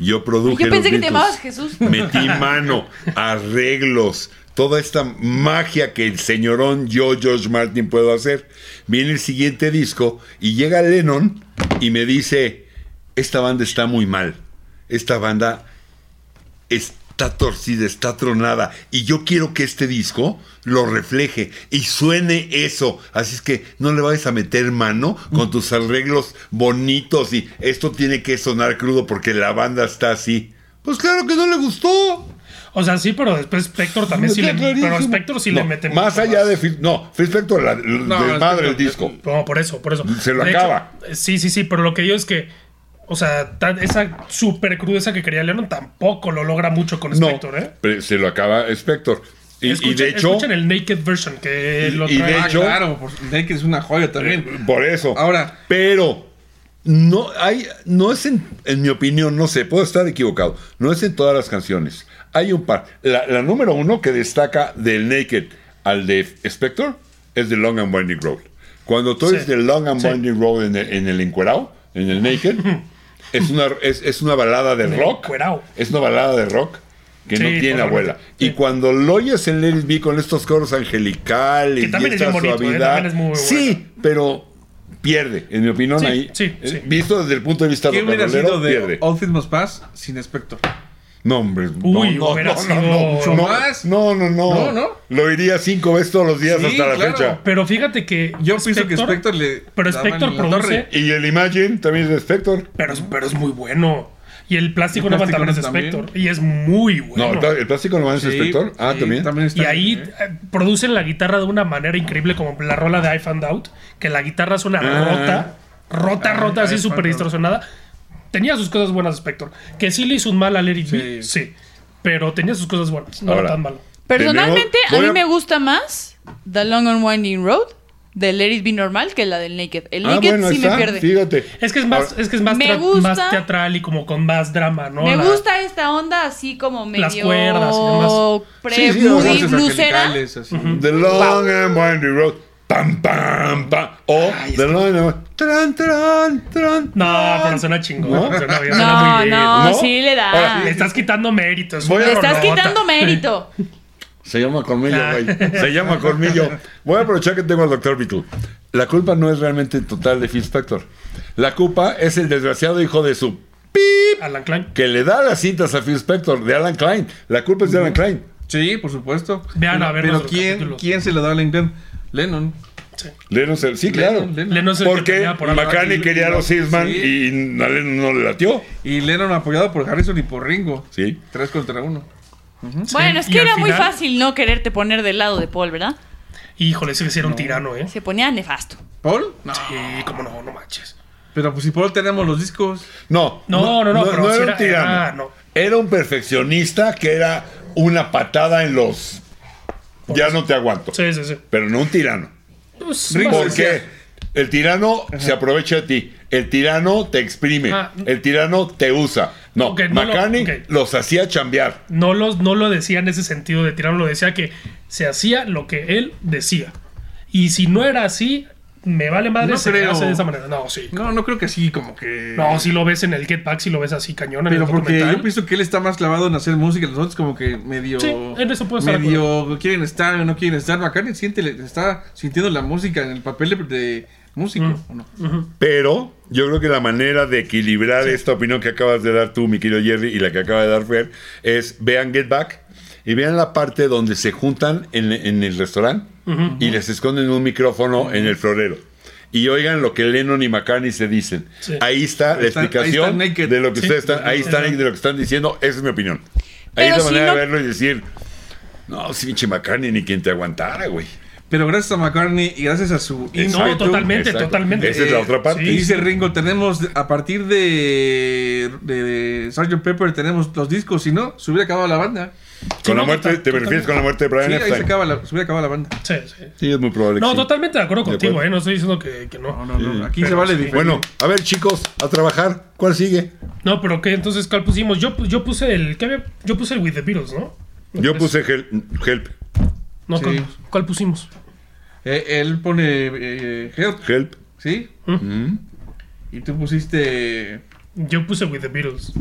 Yo produje.
Yo pensé
los
que
Beatles.
te llamabas Jesús. <laughs>
Metí mano, arreglos, toda esta magia que el señorón yo, George Martin, puedo hacer. Viene el siguiente disco y llega Lennon y me dice: Esta banda está muy mal. Esta banda está torcida, está tronada. Y yo quiero que este disco lo refleje y suene eso. Así es que no le vayas a meter mano con tus arreglos bonitos y esto tiene que sonar crudo porque la banda está así. Pues claro que no le gustó.
O sea, sí, pero después Spector también sí le,
Está clarísimo.
pero Spector sí le
No,
mete
Más
mucho
allá de... Phil- No, Phil Spector, la,
No,
desmadre el
Spector-
disco.
No, eh, por eso, por eso.
Se lo
De
acaba.
hecho, sí, sí, sí, pero lo que digo es que, o sea, tan- esa super crudeza que quería Lennon tampoco lo logra mucho con
No,
Spector, ¿eh?
pero se lo acaba Spector. Y, y
Escuchen,
de hecho...
escuchen el Naked Version que
Y-
lo
y de
trae.
hecho- Yo-
Ah,
Eh,
Claro, por, Naked es una joya también.
Por eso.
Ahora-
Pero no hay, no es en, en mi opinión, no sé, puedo estar equivocado. No es en todas las canciones. Hay un par. La, la número uno que destaca del Naked al de Spector es de Long and Winding Road. Cuando tú eres
Sí.
de Long and
Sí.
Winding Road en el, en el encuerao, en el
<laughs>
naked, es una, es, es una balada de
En el
rock.
encuerao.
Es una balada de rock que no
Sí,
tiene
totalmente.
abuela. Y
Sí.
cuando lo oyes en Let It Be con estos coros angelicales
Que también
y
es
esta
bien bonito, ¿eh?
suavidad.
También es muy
sí, pero pierde, en mi opinión,
Sí,
ahí.
sí,
eh,
sí.
Visto desde el punto de vista
¿Qué hubiera
rock'n'rollero,
sido de
pierde.
All Things Must Pass sin Spector?
No, hombre.
Uy,
no,
hubiera
no, no,
sido
no,
mucho
no,
más.
No, no, no.
No, no.
Lo iría cinco veces todos los días
Sí,
hasta la
claro.
fecha.
Pero fíjate que.
Yo pienso que Spector le
Pero
daban
Spector
en la torre.
produce.
Y el Imagine también es de Spector.
Pero, es- pero es muy bueno. Y el plástico
El
no
plástico
también es de
también.
Spector. Y es muy bueno.
No, el pla- el plástico no es de
Sí,
Spector. Ah,
sí,
también.
está
y ahí
bien, ¿eh?
eh, producen la guitarra de una manera increíble, como la rola de I Found Out, que la guitarra suena
Ah.
rota, rota,
Ah,
rota,
I
así
Found
súper
Out.
distorsionada. Tenía sus cosas buenas, Spector. Que sí le hizo un mal a Let It Be,
Sí.
sí. Pero tenía sus cosas buenas, no
Ahora.
era tan malo.
Personalmente,
Tenemos-
a mí
voy a-
me gusta más The Long and Winding Road de Let It Be Normal que la del Naked. El
Ah,
Naked
bueno, ahí
sí me
está,
pierde.
Fíjate.
Es que es más,
Ahora,
es que es más,
me
tra-
gusta-
más teatral y como con más drama, ¿no?
me
La-
gusta esta onda así como medio...
Las cuerdas y demás.
Pre
Sí, sí,
moody,
las
Voces
blusera.
angelicales, así.
The Long and Winding Road. Pam, pam, pam. O The Long and Winding Tran, tran, tran.
No, pero suena chingón.
¿No?
Suena, bien, suena
No,
muy bien.
no,
¿No?
sí le da.
Ahora,
Le estás quitando mérito. es
Voy
una
a-
Le estás
rolota.
quitando mérito.
Se llama Cormillo,
Ah.
güey. Se llama Cormillo. Voy a aprovechar que tengo al doctor Beatle. La culpa no es realmente total de Phil Spector. La culpa es el desgraciado hijo de su pip
Alan Klein.
que le da las cintas a Phil Spector de Alan Klein. La culpa es de Alan Klein.
Sí, por supuesto.
Vean
Pero-
a ver
Pero
nuestro
¿quién,
capítulo.
¿quién se lo da a Langdon? Lennon.
Lennon se- sí, claro.
Lennon, Lennon.
Lennon es el que
Porque
tenía por ahí.
McCartney quería a los Sisman
Sí.
y a Lennon no le latió.
Y Lennon apoyado por Harrison y por Ringo.
Sí.
Tres contra uno.
Bueno, es
y
que
al
era muy
final-
fácil no quererte poner del lado de Paul, ¿verdad?
Híjole, ese sí era un tirano, ¿eh?
Se ponía nefasto.
¿Paul? No.
Sí, como no, no manches.
Pero pues si Paul tenemos los discos.
No,
No, no, no, pero sí
era un
era-
tirano.
era- no.
Era un perfeccionista que era una patada en los. Ya no te aguanto.
Sí, sí, sí.
Pero no un tirano.
Pues,
Ringo
más-
¿Por qué? El tirano se aprovecha de ti. El tirano te exprime.
Ah.
El tirano te usa. No,
Ok, no lo-
McCartney
ok.
los hacía chambear.
no, los, no lo decía en ese sentido de tirano, lo decía que se hacía lo que él decía. Y si no era así, me vale madre
No
se
creo.
hace de esa manera. No, sí.
No, no creo que así, como que.
No, si lo ves en el Get Back, si lo ves así cañón en
Pero
el
porque
documental.
yo pues pienso que él está más clavado en hacer música, los otros como que medio...
Sí, en eso puedo estar de
Medio quieren estar o no quieren estar. McCartney siente, le- está sintiendo la música en el papel de, de músico,
Mm.
¿o no?
Pero yo creo que la manera de equilibrar esta opinión que acabas de dar tú, mi querido Jerry, y la que acaba de dar Fer, es vean Get Back y vean la parte donde se juntan en, en el restaurante y les esconden un micrófono en el florero. Y oigan lo que Lennon y McCartney se dicen.
Sí.
Ahí está la
Ahí está- ahí está
explicación
naked.
de lo que
Sí.
ustedes están, ahí está
Ajá.
naked de lo que están diciendo. Esa es mi opinión. Ahí
Pero
es la
si
manera
no-
de verlo y decir, no, si pinche McCartney ni quien te aguantara, güey.
Pero gracias a McCartney y gracias a su
No,
ímpetu,
totalmente,
Exacto.
totalmente.
Esa es la
eh,
otra parte.
Y dice Ringo, tenemos, a partir de, de Sgt. Pepper tenemos los discos, si no, se hubiera acabado la banda.
Con la
no,
muerte,
total-
¿Te refieres con la muerte de
Sí,
Brian
ahí se,
Epstein?
acaba la, se hubiera acabado la banda.
Sí, sí.
Sí, es muy probable.
No,
que Pues sí.
totalmente de acuerdo
De
contigo,
acuerdo.
¿eh? No estoy diciendo que, que no.
No,
no.
no, no, aquí se
Pero
vale
sí.
diferente.
Bueno, a ver chicos, a trabajar. ¿Cuál sigue?
pero ¿qué? Entonces, ¿cuál pusimos? Yo, pu- yo puse el... ¿qué había? Yo puse el With the Beatles, ¿no?
Yo puse hel- help,
No,
Sí.
¿cuál, cuál pusimos?
Eh, él pone eh, Help,
help.
¿sí?
Mm.
Y tú pusiste...
Yo puse With the Beatles.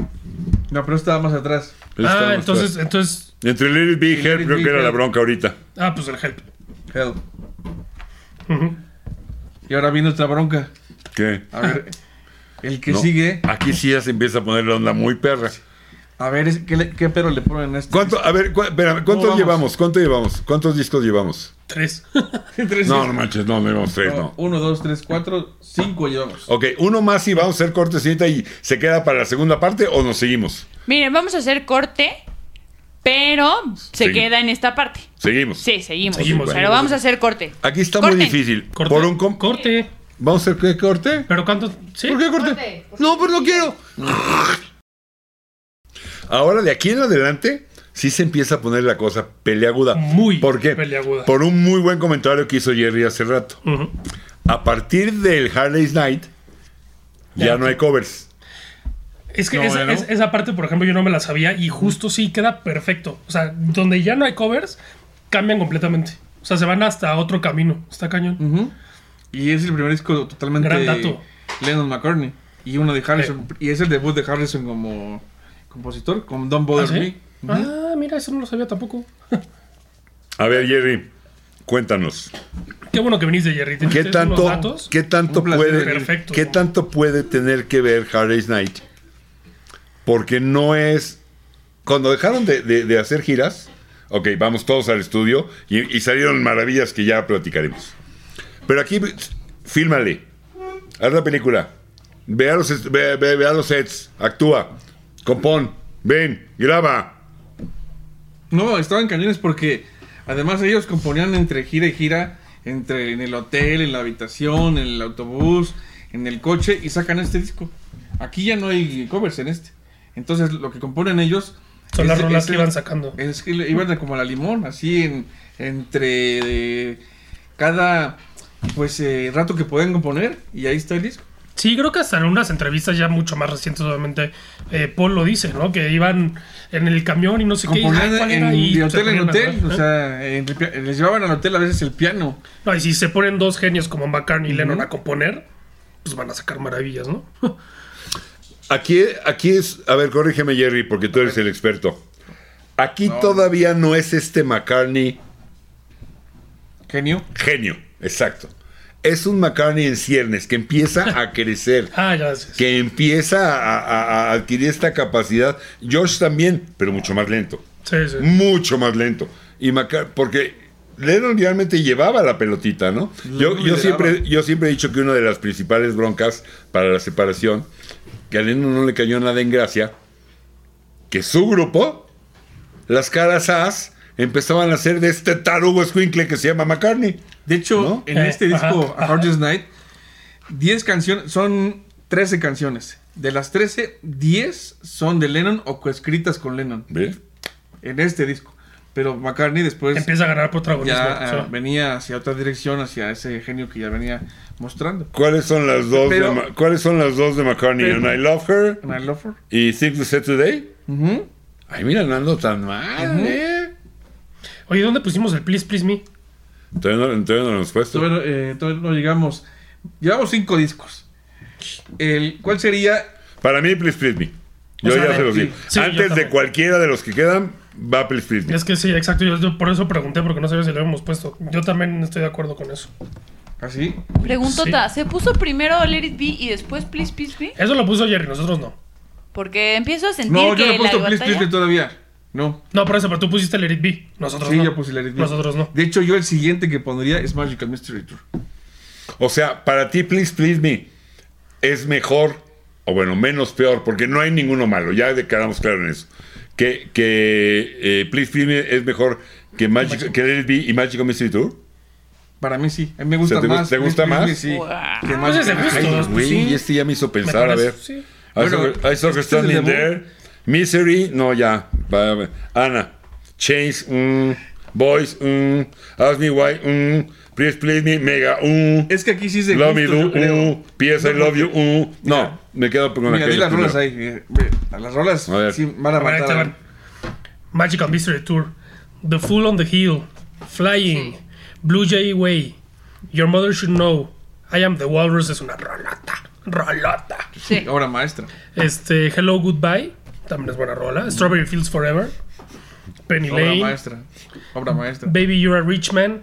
No, pero estaba más atrás.
Está
ah,
más
entonces,
claro.
entonces...
Entre Little B y
Little
Help creo
Big
que era la
Help.
bronca ahorita.
Ah, pues el Help.
Help.
Ujú.
Y ahora viene otra bronca.
¿Qué? <laughs>
A ver, el que
No,
sigue.
Aquí sí ya se empieza a poner la onda muy perra.
A ver, es- ¿qué, le- qué perro le ponen a este?
¿Cuánto, a ver, cu- espérame, ¿cuántos
vamos?
llevamos? ¿Cuánto llevamos? ¿Cuántos discos llevamos? <laughs>
Tres.
Tres,
No, no manches, no, no llevamos tres,
no,
no.
Uno, dos, tres, cuatro, cinco llevamos.
Ok, uno más y vamos a hacer cortecita y se queda para la segunda parte o nos seguimos.
Miren, vamos a hacer corte, pero se
Sí.
queda en esta parte.
Seguimos.
Sí, seguimos.
Seguimos,
pero
seguimos.
vamos a hacer corte.
Aquí está
Corten.
muy difícil.
Corte.
Por un com-
Corte.
¿Vamos a hacer qué corte?
Pero ¿cuánto? Sí.
¿Por qué corte?
Corte, porque
no, pero no quiero. Ahora de aquí en adelante sí se empieza a poner la cosa peleaguda.
Muy
¿Por qué?
peleaguda.
Por un muy buen comentario que hizo Jerry hace rato.
Ujú.
A partir del Harley's Night ya,
Ya.
no hay covers.
Es que
No,
esa,
¿no?
es- esa parte, por ejemplo, yo no me la sabía y justo sí queda perfecto. O sea, donde ya no hay covers, cambian completamente. O sea, se van hasta otro camino. Está cañón.
Ujú. Y es el primer disco totalmente
Gran dato. Eh.
Lennon McCartney. Y uno de Harrison. Y es el debut de Harrison como compositor, con Don't Bother
¿Ah, sí?
Me. Ujú.
Ah, mira, eso no lo sabía tampoco.
A ver, Jerry, cuéntanos.
Qué bueno que viniste, Jerry. ¿Te
¿Qué
hiciste unos
tanto,
datos?
¿qué tanto
Un placer,
puede
perfecto.
qué tanto puede tener que ver Harry's Night? Porque no es cuando dejaron de, de- de hacer giras, ok, vamos todos al estudio y, y salieron maravillas que ya platicaremos. Pero aquí fílmale, haz la película, ve a los, est- ve- ve- ve a los sets, actúa, compón, ven, graba.
No, estaban cañones porque además ellos componían entre gira y gira, entre en el hotel, en la habitación, en el autobús, en el coche y sacan este disco. Aquí ya no hay covers en este. Entonces lo que componen ellos
Son las
es-
rolas
es
que
el-
iban sacando.
Es que le- iban de como a la limón, así en, entre eh, cada pues eh, rato que pueden componer y ahí está el disco.
Sí, creo que hasta en unas entrevistas ya mucho más recientes, obviamente, eh, Paul lo dice, ¿no? Que iban en el camión y no sé qué. y, ay,
Componían
¿cuál
en,
era? Y
de
se
hotel en
ponían a
hotel,
grabar,
o
¿eh?
sea, en el pia- les llevaban al hotel a veces el piano.
No, y si se ponen dos genios como McCartney y
Ujú.
Lennon a componer, pues van a sacar maravillas, ¿no?
Aquí, aquí es, a ver, corrígeme Jerry, porque tú eres el experto. Aquí
No.
todavía no es este McCartney
Genio.
Genio, exacto. Es un McCartney en ciernes que empieza a crecer,
<laughs> Ah, ya sé.
que empieza a, a- a adquirir esta capacidad. Josh también, pero mucho más lento.
Sí, sí.
Mucho más lento. Y Maca- porque Lennon realmente llevaba la pelotita, ¿no? Yo, yo,
lideraba.
siempre, yo siempre he dicho que una de las principales broncas para la separación, que a Lennon no le cayó nada en gracia, que su grupo, las caras as, empezaban a ser de este tarugo escuincle que se llama McCartney.
De hecho,
¿No?
en
Eh,
este disco,
ajá,
A Hard Day's Night, 10 canciones, son 13 canciones. De las 13, 10 son de Lennon o coescritas con Lennon
¿Ve?
en este disco. Pero McCartney después
Empieza a ganar protagonismo.
ya
o sea.
ah, venía hacia otra dirección, hacia ese genio que ya venía mostrando.
¿Cuáles son las dos
Pero-
de Ma- cuáles son las dos de McCartney?
Pero-
And I Love Her
En I Love Her.
y Think to Set Today.
Ujú.
Ay, mira, no ando tan mal,
Ujú.
¿eh?
Oye, ¿dónde pusimos el Please Please Me?
Todavía no, todavía no lo hemos puesto.
Todavía, no- eh, todavía no llegamos. Llevamos 5 discos. El, ¿Cuál sería?
Para mí, Please Please Me. Yo
O sea,
ya se los
sí.
digo.
Sí, yo
Antes de
también.
cualquiera de los que quedan, va Please Please Me.
Es que sí, exacto. Yo, yo por eso pregunté, porque no sabía si lo habíamos puesto. Yo también estoy de acuerdo con eso.
Así.
Preguntota, ¿se puso primero Let It Be y después Please Please Me?
Eso lo puso Jerry, nosotros no.
Porque empiezo a sentir
No,
que
yo no he puesto
la
Please
batalla...
Please Me todavía. No.
No, por eso, pero tú pusiste el It Be. Nosotros
Sí,
no.
yo puse Let It Be.
Nosotros no.
De hecho, yo el siguiente que pondría es Magical Mystery Tour.
O sea, para ti, Please Please Me es mejor, o bueno, menos peor, porque no hay ninguno malo. Ya quedamos claros en eso. Que, que eh, Please Please Me es mejor que, Magic, que Let It Be y Magical Mystery Tour.
Para mí sí. A mí me gusta
O sea, ¿te gu-
más.
te gusta
Please,
más?
Please, sí,
Guau.
que
Pues ese
Magical Mystery
gusto.
Tour.
Ay,
Pues
güey,
sí.
este ya me hizo pensar,
Me
a ver. Ah,
parece, sí.
I saw-
Bueno,
I saw her
este es el
standing
debut.
there. Misery, no, ya. Va, va. Ana, Change, mm. Boys, mm. Ask me why, mm. Please please me, Mega, mm.
Es que aquí sí es de
Love me
gusto,
do,
yo creo.
mm. P.S. I
No,
love you, mm. No,
Mira.
me quedo con
Mira, di
aquellos
las rolas
primero.
ahí. eh, ve, a las rolas
A ver.
sí van a
A ver, ahí te
matar.
van. Magical Mystery Tour. The Fool on the Hill. Flying. Blue Jay Way. Your Mother Should Know. I Am the Walrus es una rolota. Rolota.
Sí.
Obra maestra.
Este, Hello Goodbye. También es buena rola. Strawberry Fields Forever. Penny
Obra
Lane.
maestra. Obra maestra.
Baby You're a Rich Man.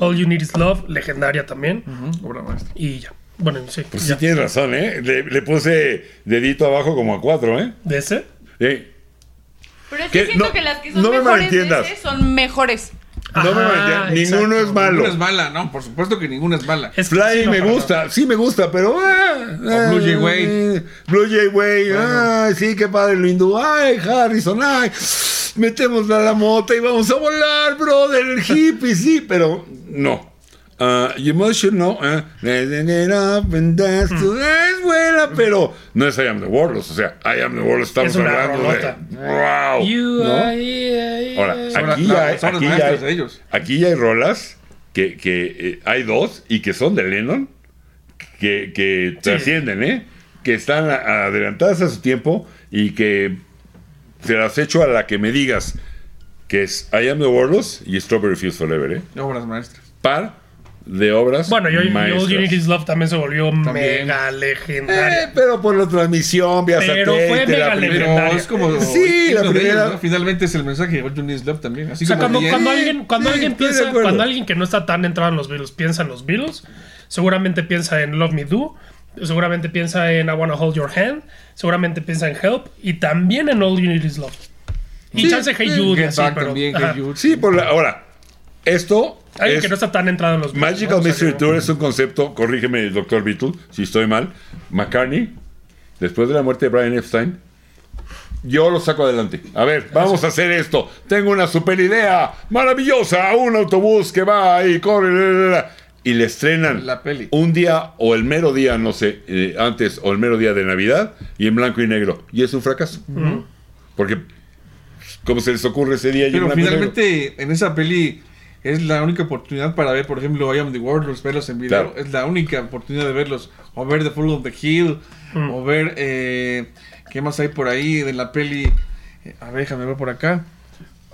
All You Need Is Love. Legendaria también.
Ujú, Obra maestra.
Y ya. Bueno, sí.
Pues sí
ya.
tienes razón, ¿eh? Le, le puse dedito abajo como a cuatro, ¿eh?
¿De ese?
Eh,
Pero es
Que
que siento
no-
que las que son
no me
mejores de
malentiendas.
ese son mejores.
No me
Ajá,
malentiendas,
Ah, exacto.
ninguno es malo.
Ninguna es mala, no, por supuesto que ninguna es mala.
Es que
Fly
sí, no,
me
para nada.
gusta, sí me gusta, pero. ah, ah,
Blue Jay Way.
Blue Jay Way,
Bueno.
ay, sí, qué padre lo hindú. Ay, Harrison, ay. Metemos la, la mota y vamos a volar, brother. El hippie, sí, pero no. Ah, you must should know. ah, let's get it up and dance
Mm.
to dance, güey, pero no es I am the world, o sea, I am the world estamos
Es una
hablando
rolota.
de. ¡Wow!
You
¿no?
are- yeah, yeah.
Ahora,
Son
aquí,
las-
ya, hay-
son los
aquí, ya
maestros
hay,
de ellos.
aquí ya hay rolas que, que, eh, hay dos y que son de Lennon que, que trascienden, ¿eh? Que están a- adelantadas a su tiempo y que se las echo a la que me digas que es I Am the Warlords y Strawberry Fields Forever, ¿eh?
Obras maestras.
Par de obras.
Bueno, yo, yo
maestras.
All You Need Is Love también se volvió
También.
mega
Eh,
legendaria.
pero por la transmisión, vía
Pero
satélite,
fue mega
la primera-
Pero es como.
Sí, la
uno de
primera-
¿no? Finalmente es el mensaje de All You Need Is Love también. Así
O sea,
como
cuando,
diez-
cuando alguien, cuando
sí,
alguien
estoy de
piensa,
acuerdo.
cuando alguien que no está tan entrado en los Beatles piensa en los Beatles, seguramente piensa en Love Me Do, seguramente piensa en I Wanna Hold Your Hand, seguramente piensa en Help y también en All You Need Is Love. Y
Sí,
chance Hey
sí,
Jude,
Get
así,
Back
pero,
también,
ajá.
Hey Jude.
Sí, por la, ahora, esto
Alguien
es-
que no está tan entrado en los Beatles,
Magical
¿no? O sea,
Mystery
que-
Tour es un concepto, corrígeme el doctor Beatle, si estoy mal, McCartney, después de la muerte de Brian Epstein, yo lo saco adelante. A ver, vamos a hacer esto. Tengo una super idea maravillosa, un autobús que va y corre. la, la, la, Y le estrenan
La peli.
un día o el mero día, no sé, eh, antes o el mero día de Navidad y en blanco y negro. Y es un fracaso. Porque, ¿cómo se les ocurre ese día? y en
Pero
blanco y negro?
finalmente en esa peli es la única oportunidad para ver, por ejemplo, I Am the Warlords, verlos en video.
Claro.
Es la única oportunidad de verlos. O ver The Fall of the Hill.
Mm.
O ver eh, qué más hay por ahí de la peli. Eh, A ver, déjame ver por acá.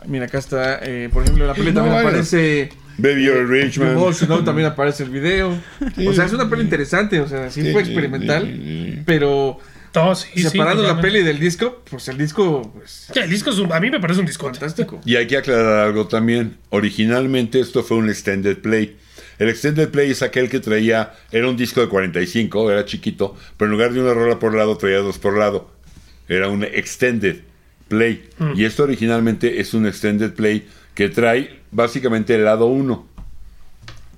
Mira, acá está, eh, por ejemplo, en la peli
No,
también
vaya.
aparece.
Baby, you're a rich man.
¿no? También aparece el video. O sea, es una peli interesante, o sea, sí
Sí,
fue
sí,
experimental,
sí, sí, sí.
pero
No, sí, sí,
separando la
totalmente.
peli del disco, pues el disco, pues,
Sí, el disco es un- a mí me parece un disco
fantástico.
Y hay que aclarar algo también. Originalmente esto fue un extended play. El extended play es aquel que traía, era un disco de 45, era chiquito, pero en lugar de una rola por lado traía dos por lado. Era un extended play.
Hmm.
Y esto originalmente es un extended play que trae básicamente el lado 1.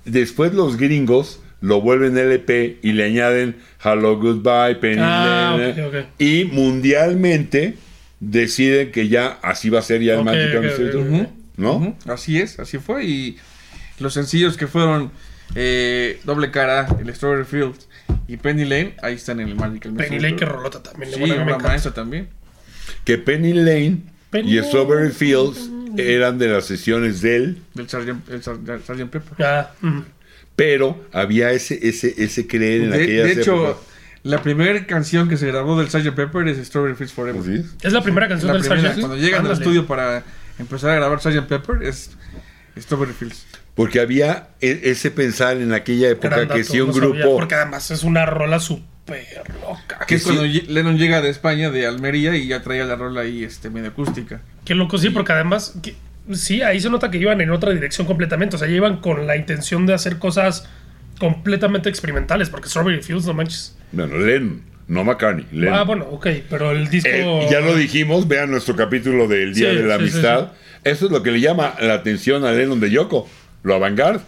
Después los gringos lo vuelven LP y le añaden Hello Goodbye, Penny
Ah,
Lane,
ok, ok.
y mundialmente deciden que ya así va a ser ya el
Ok,
Magical
ok,
Mystery
ok,
Tour,
ok.
¿no?
Ujú, Así es, así fue. Y los sencillos que fueron eh, Doble Cara, El Strawberry Fields y Penny Lane, ahí están en el Magical
Penny
Mystery
Lane
Tour.
que rolota también.
Sí,
bueno, a mí me
una
encanta.
maestra también.
Que Penny Lane
Penny
y Strawberry Fields eran de las sesiones de él,
Del Sgt. el Sgt. Sgt. Pepper.
Ah, mm.
pero había ese ese ese creer en
De,
aquellas
de hecho,
épocas.
la primera canción que se grabó del Sgt. Pepper es Strawberry Fields Forever.
Así es.
Es la primera canción
La
del
primera,
Sgt.
cuando llegan al
Ándale.
estudio para empezar a grabar Sgt. Pepper es Strawberry Fields.
Porque había e- ese pensar en aquella época
Gran
que
dato,
si un
no sabía,
grupo
porque además es una rola súper loca.
Que es
sí.
cuando Ye- Lennon llega de España, de Almería, y ya traía la rola ahí este, medio acústica.
Qué loco, sí, porque además, que- sí, ahí se nota que iban en otra dirección completamente. O sea, ya iban con la intención de hacer cosas completamente experimentales, porque Strawberry Fields, no manches.
bueno, Lennon, no McCartney, Lennon.
Ah, bueno, ok, pero el disco.
Eh, ya lo dijimos, vean nuestro capítulo del Día
Oh. Sí,
de la
sí, sí,
Amistad. Eso es lo que le llama la atención a Lennon de Yoko, lo avant-garde.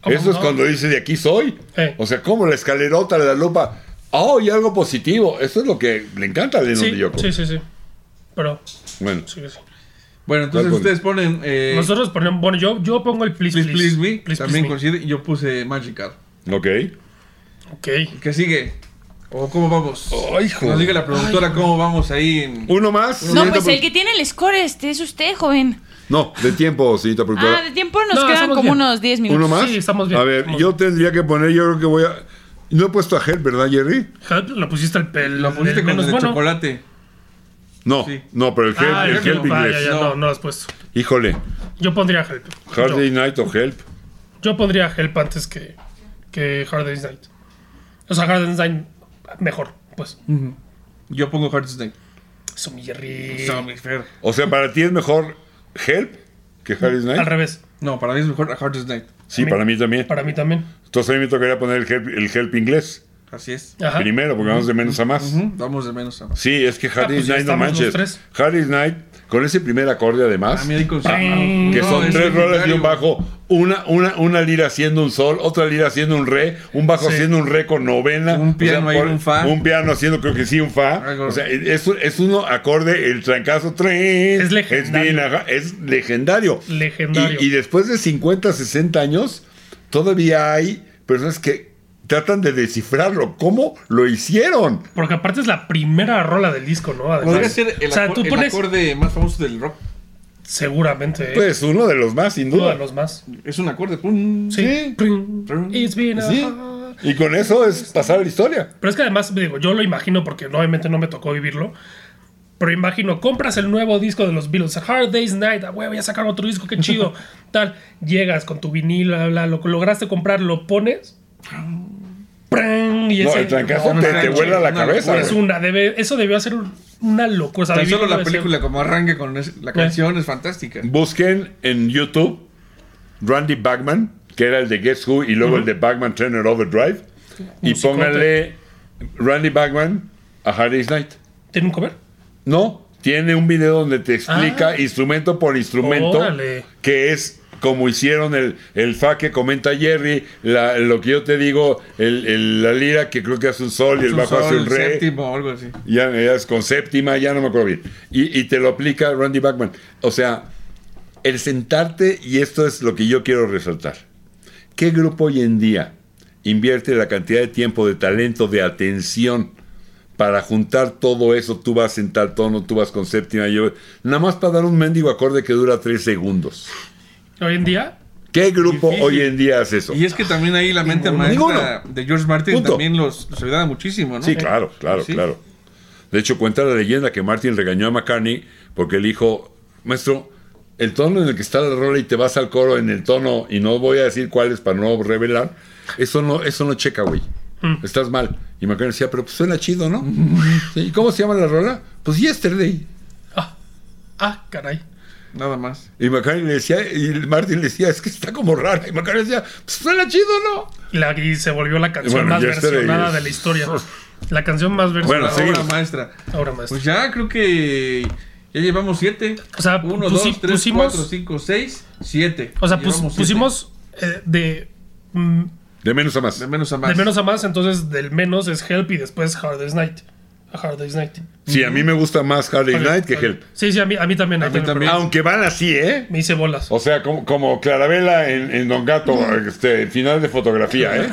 ¿Cómo
Eso es
no?
cuando dice de aquí soy.
Eh.
O sea, como la escalerota, la lupa. Oh, y algo positivo. Eso es lo que le encanta a Lennon de
Sí,
Yoko.
sí, sí, sí. Pero,
Bueno,
sí, sí.
Bueno, entonces
¿Cuál
ustedes ponen. eh,
Nosotros ponemos. Bueno, yo, yo pongo el Please
Please,
Please.
please, me.
Please,
también
Please
coincide. Y yo puse Magical.
ok.
Me. Ok.
¿Qué sigue? ¿O cómo vamos?
Ay, hijo. Uh,
Nos diga la productora cómo vamos ahí en.
Uno más.
No,
señorita
pues
pro-
el que tiene el score este es usted, joven.
No, de tiempo, señorita productora.
Ah, de tiempo nos
No,
quedan
estamos
como
bien.
unos 10 minutos.
¿Uno más?
Sí, estamos bien,
A ver,
estamos
yo tendría que poner, yo creo que voy a... No he puesto a Help, ¿verdad, Jerry?
Help, lo pusiste el, el,
Lo
el
pusiste con el
menos
de
bueno.
chocolate.
No,
Sí.
no, pero el Help,
Ah,
el
el
help
Help, ah, ya,
inglés.
ya,
No.
no, no lo has puesto.
Híjole,
Yo pondría Help.
Hard
Yo.
Day Night o Help.
Yo pondría Help antes que, que Hard Day's Night. O sea, Hard Day's Night mejor, pues.
Yo pongo Hard Snake.
Eso, Eh, mi Jerry.
No, mi Fer.
O sea, para ti es mejor Help que Harry
Al
Night.
revés,
No, para mí es mejor Hard Snake.
Sí, para mí también.
para mí también.
Entonces a mí me tocaría poner el help, el help inglés
Así es.
Ajá.
primero, porque vamos de menos a más.
Ujú, Vamos de menos a más.
Sí, es que Harry
Ah, pues ya
Night no
estamos los
manches.
tres.
Harry Night, con ese primer acorde
A
además,
mí ahí con
que
Que
son
es
tres rolas y
legendario.
un bajo, una, una, una lira haciendo un sol, otra lira haciendo un re, un bajo
Sí.
haciendo un re con novena.
Un piano ahí,
por-
un fa.
Un piano haciendo, creo que sí, un fa.
Algo.
O sea, es, es uno acorde, el trancazo, tren.
Es legendario.
Es, bien, ajá, es legendario.
Legendario.
Y, y después de 50, 60 años, todavía hay personas que tratan de descifrarlo. ¿Cómo lo hicieron?
Porque aparte es la primera rola del disco, ¿no? Además.
Podría ser el,
o sea,
acor-
tú
el
pones.
acorde más famoso del rock.
Seguramente. ¿eh?
Pues uno de los más, sin
uno de
duda.
los más.
Es un acorde. pum.
Sí.
Prum.
It's been a
Sí.
hard-
Y con eso es pasar a la historia.
Pero es que además, digo, yo lo imagino porque obviamente no me tocó vivirlo. Pero imagino, compras el nuevo disco de los Beatles, A Hard Day's Night, ah, güey, voy a sacar otro disco, qué
<laughs>
chido, tal. Llegas con tu vinilo, bla, bla, lo lograste comprar, lo pones. ¡pran! Y
No,
ese-
el trancazo
no,
te,
no,
te
no,
vuela la
no,
cabeza.
no,
es
güey.
una, debe- eso debió ser un- una locura. o sea,
Tan
vivir
solo la
debe ser-
película como arranque con es- la canción es fantástica.
Busquen en YouTube Randy Bachman, que era el de Guess Who y luego el de Bachman Trainer Overdrive. Y
Musicote.
pónganle Randy Bachman a Hard Day's Night.
¿Tiene un cover?
No, tiene un video donde te explica
Ah.
instrumento por instrumento
Órale.
que es como hicieron el, el fa que comenta Jerry, la- lo que yo te digo, el- el- la lira que creo que hace un sol y el
Su
bajo hace
sol,
un re.
séptimo o algo así.
Ya, ya es con séptima, ya no me acuerdo bien. Y, y te lo aplica Randy Bachman. O sea, el sentarte, y esto es lo que yo quiero resaltar. ¿Qué grupo hoy en día invierte la cantidad de tiempo, de talento, de atención para juntar todo eso? Tú vas en tal tono, tú vas con séptima, yo. Nada más para dar un mendigo acorde que dura tres segundos.
Hoy en día,
¿Qué grupo
Difícil.
hoy en día hace eso?
Y es que también ahí la mente
Ninguno.
maestra de George Martin
Punto.
también los, los ayudaba muchísimo, ¿no?
Sí, claro, claro,
Sí.
claro. De hecho, cuenta la leyenda que Martin regañó a McCartney porque le dijo, maestro, el tono en el que está la rola y te vas al coro en el tono y no voy a decir cuál es para no revelar, eso no, eso no checa, güey.
Mm.
Estás mal. Y McCartney decía, pero pues suena chido, ¿no? <laughs> Sí, ¿Y cómo se llama la rola? Pues Yesterday.
ah, ah, caray.
Nada más.
Y McCartney le decía, y Martin le decía, es que está como rara. Y McCartney decía, pues suena chido, ¿no?
Y, la- y se volvió la canción
Bueno,
más
ya está de-
versionada de
<laughs>
la historia. La canción más versionada.
Bueno,
La
sí.
obra maestra.
Ahora más.
Pues ya creo que ya llevamos siete.
O sea,
uno,
pusi-
dos, tres,
pusimos-
cuatro, cinco, seis, siete.
o sea, pus-
Llevamos siete.
pusimos eh, de, mm,
De menos a más.
de menos a más.
de menos a más, entonces del menos es Help y después Hard Day's Night. A Hard Day's Night.
Sí, a mí me gusta más Hardy
Vale,
Night que
vale.
Help.
Sí, sí, a mí, a mí también.
A
a mí
mí
también,
también.
Aunque van así, ¿eh?
pero Me hice bolas.
O sea, como, como Clarabela en, en Don Gato, este, final de fotografía, ¿eh?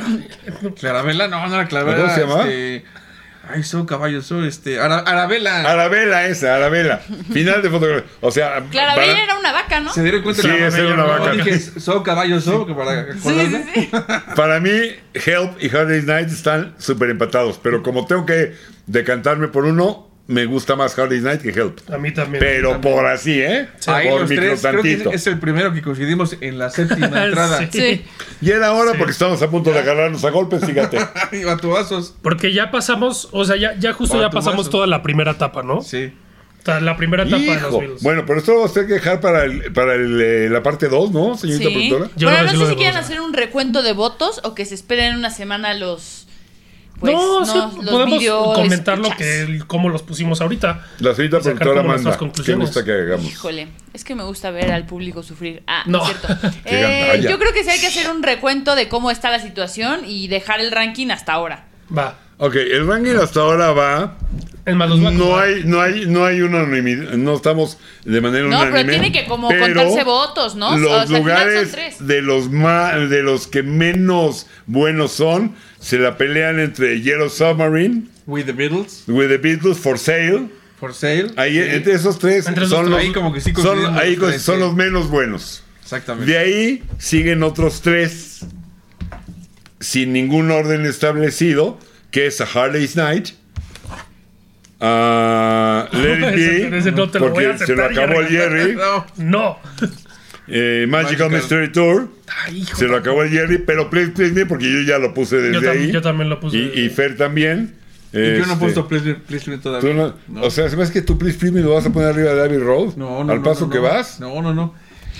Clarabela, no, no era Clarabela.
¿Cómo se llamaba?
Este, ay, soy caballo, soy este. Ara- Arabella.
Arabela esa, Arabela. Final de fotografía. O sea,
Clarabella
para-
era una vaca, ¿no?
se dieron cuenta
Sí,
que
esa
Arabella,
era una
¿no?
vaca.
Dije, soy caballo, soy. que para
Sí,
acordarme.
sí, sí.
para, mí, Help y Hard Day's Night están súper empatados. Pero como tengo que decantarme por uno, me gusta más Hard Day's Night que Help.
A mí también. <laughs>
Pero por así, ¿eh?
Ahí
por
los tres, creo que es-
microtantito.
es el primero que coincidimos en la séptima entrada.
<laughs> Sí.
Sí.
Y era ahora porque estamos a punto de agarrarnos a golpes,
<laughs>
fíjate.
Y batubazos.
Porque ya pasamos, o sea, ya, ya justo ya
Cuatro
pasamos
vasos.
toda la primera etapa, ¿no?
Sí.
O sea, la primera etapa de los
Hijo.
Beatles.
Bueno, pero esto lo vamos a tener que dejar para, el- para el, eh, la parte 2, ¿no, señorita
Sí.
productora?
Yo
bueno,
no
no
sé
sé
lo de
si quieren
Rosa.
hacer un recuento de votos o que se esperen una semana los. Pues,
no,
no,
sí,
los
podemos
video
comentar lo
escuchas.
que, el- cómo los pusimos ahorita.
La señorita
Y sacar
productora
como nuestras
manda. ¿Qué
conclusiones.
gusta que hagamos?
Híjole, es que me gusta ver al público sufrir. Ah,
No.
no es
<laughs>
cierto.
Qué
Eh,
gandalla.
yo creo que sí hay que hacer un recuento de cómo está la situación y dejar el ranking hasta ahora.
Va.
Ok, el ranking hasta ahora va.
Es
Pues
más, los voy a
No
acomodar.
hay, no hay, no hay unanimidad. No estamos de manera
No, pero
unánime.
tiene que como
pero
contarse votos, ¿no? O sea, al
Los
final son
lugares
tres.
de los más, de los que menos buenos son se la pelean entre Yellow Submarine,
With the Beatles.
With the Beatles for Sale.
For sale.
Ahí
Sí.
entre esos tres
Entre esos
son
tres.
los
Ahí como que sí
son,
coincidimos
ahí
los tres,
son
sí.
los menos buenos.
Exactamente.
De ahí siguen otros tres sin ningún orden establecido, que es A Hard Day's Night,
<laughs>
a Let It
Ese-
Be,
ese no te lo voy a
porque se lo
aceptar,
acabó el Jerry,
<laughs> No.
<laughs> No.
eh, Magical
Magical.
Mystery Tour,
Ay, hijo.
se lo acabó el Jerry, pero Please Please Me, porque yo ya lo puse desde
yo, tam-
ahí,
yo también lo puse.
y, y Fer también.
Y yo no he
Este,
puesto Please Me- Please Me
tú
todavía.
no-
No.
O sea, se me hace que tú Please Please Me lo vas a poner arriba de Abbey Road,
No, no,
al
no,
paso
no,
que
no.
vas.
No, no, no.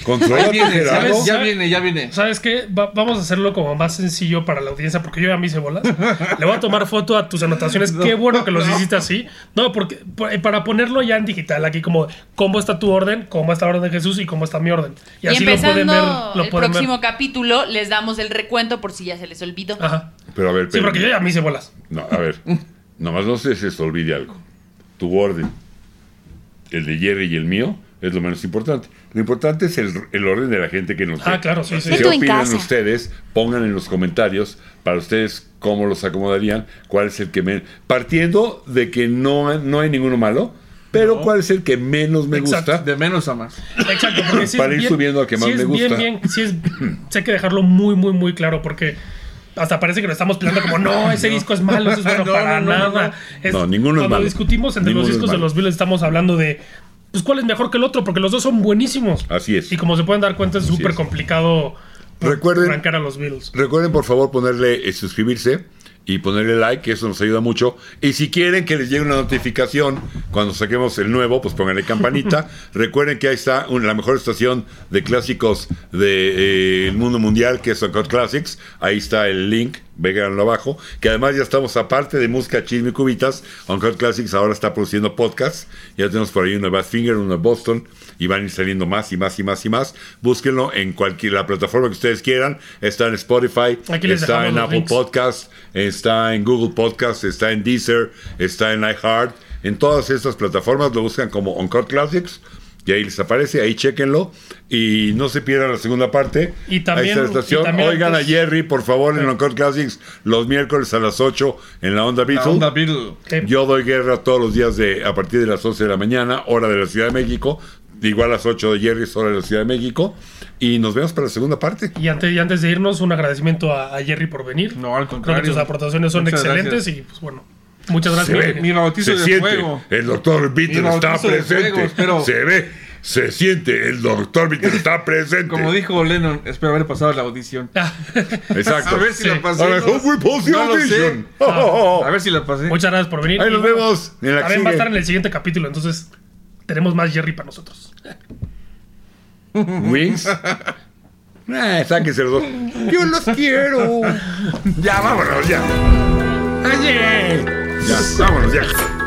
Controla
Ahí
tu
viene,
Gerardo.
¿sabes? Ya viene, ya viene.
¿Sabes qué? Va- vamos a hacerlo como más sencillo para la audiencia, porque yo ya me hice bolas. Le voy a tomar foto a tus anotaciones. Qué bueno que los hiciste así. No, porque por- eh, para ponerlo ya en digital, aquí como cómo está tu orden, cómo está la orden de Jesús y cómo está mi orden. Y,
Y,
así lo
empezando
pueden ver. Lo pueden
el
ver.
próximo capítulo, les damos el recuento por si ya se les olvidó.
Ajá.
Pero a ver,
Sí, porque
espérame.
yo ya me hice bolas.
No, a ver. Nomás no se, se les olvide algo. Tu orden, el de Jerry y el mío, es lo menos importante. Lo importante es el, el orden de la gente que nos
Ah,
ve.
claro, sí, sí.
¿Qué
Tú
en
opinan
casa.
ustedes? Pongan en los comentarios para ustedes cómo los acomodarían, cuál es el que menos. Partiendo de que no, no hay ninguno malo, pero cuál es el que menos me
Exacto.
gusta.
De menos a más.
Exacto, porque sí es
Para ir
bien-
subiendo al que más
sí
<clears throat>
es
me gusta.
Bien, bien, sí es, sí hay que dejarlo muy, muy, muy claro, porque hasta parece que lo estamos peleando
<clears throat>
como, no, ese disco es malo, eso
<laughs>
es bueno
No,
para
no, no, no.
nada. Es-
No, ninguno es
Cuando
malo.
discutimos entre
Ninguno
los
es
discos de
malo.
los Beatles estamos hablando de, pues, ¿cuál es mejor que el otro? Porque los dos son buenísimos.
Así es.
Y como se pueden dar cuenta, es
Así
súper
es.
complicado
Recuerden-
arrancar a los Beatles.
Recuerden, por favor, ponerle eh, suscribirse y ponerle like, que eso nos ayuda mucho. Y si quieren que les llegue una notificación cuando saquemos el nuevo, pues pónganle campanita. Recuerden que ahí está un- la mejor estación de clásicos del de, eh, el mundo mundial, que es Uncut Classics. Ahí está el link, véganlo abajo. Que además ya estamos, aparte de música, chisme y cubitas, Uncut Classics ahora está produciendo podcasts. Ya tenemos por ahí uno de Badfinger, uno de Boston, y van a ir saliendo más y más y más y más. Búsquenlo en cualquier la plataforma que ustedes quieran. Está en Spotify,
Aquí les
está
dejamos
en
los
Apple
links.
Podcast, está en Google Podcast, está en Deezer, está en iHeart. En todas estas plataformas lo buscan como Encore Classics y ahí les aparece, ahí chequenlo y no se pierdan la segunda parte.
Y también-
ahí está la estación.
y también
Oigan
antes-
a Jerry, por favor, en Encore Classics los miércoles a las 8 en la Onda Beatle.
Onda Beatle.
Eh,
Yo doy guerra todos los días de a partir de las 11 de la mañana, hora de la Ciudad de México. Igual a las 8 de Jerry, es hora de la Ciudad de México. Y nos vemos para la segunda parte.
Y antes, y antes de irnos, un agradecimiento a, a Jerry por venir.
No, al
Creo
contrario.
que tus aportaciones son
Muchas
excelentes
gracias.
y, pues, bueno, muchas gracias.
Se ve.
Mi bautizo
se
de
siente.
fuego.
El doctor Beatle
Mi
está
bautizo de
presente.
fuego, espero.
Se ve. Se siente. El doctor Beatle
<laughs>
está presente.
Como dijo Lennon, espero haber pasado la audición.
Exacto.
A ver si
Sí.
la pasé.
Ahora, hope we pass the
No
<laughs>
lo sé. Ah,
audition. Oh, oh, oh.
A ver si la
<laughs>
pasé.
Muchas gracias por venir.
Ahí
Y
nos
bueno,
vemos en la que
También va
sigue.
a estar en el siguiente capítulo, entonces tenemos más Jerry para nosotros.
Wings. Eh, sáquense los dos. Yo los quiero. Ya, vámonos, ya. Ayer. Ya, vámonos, ya.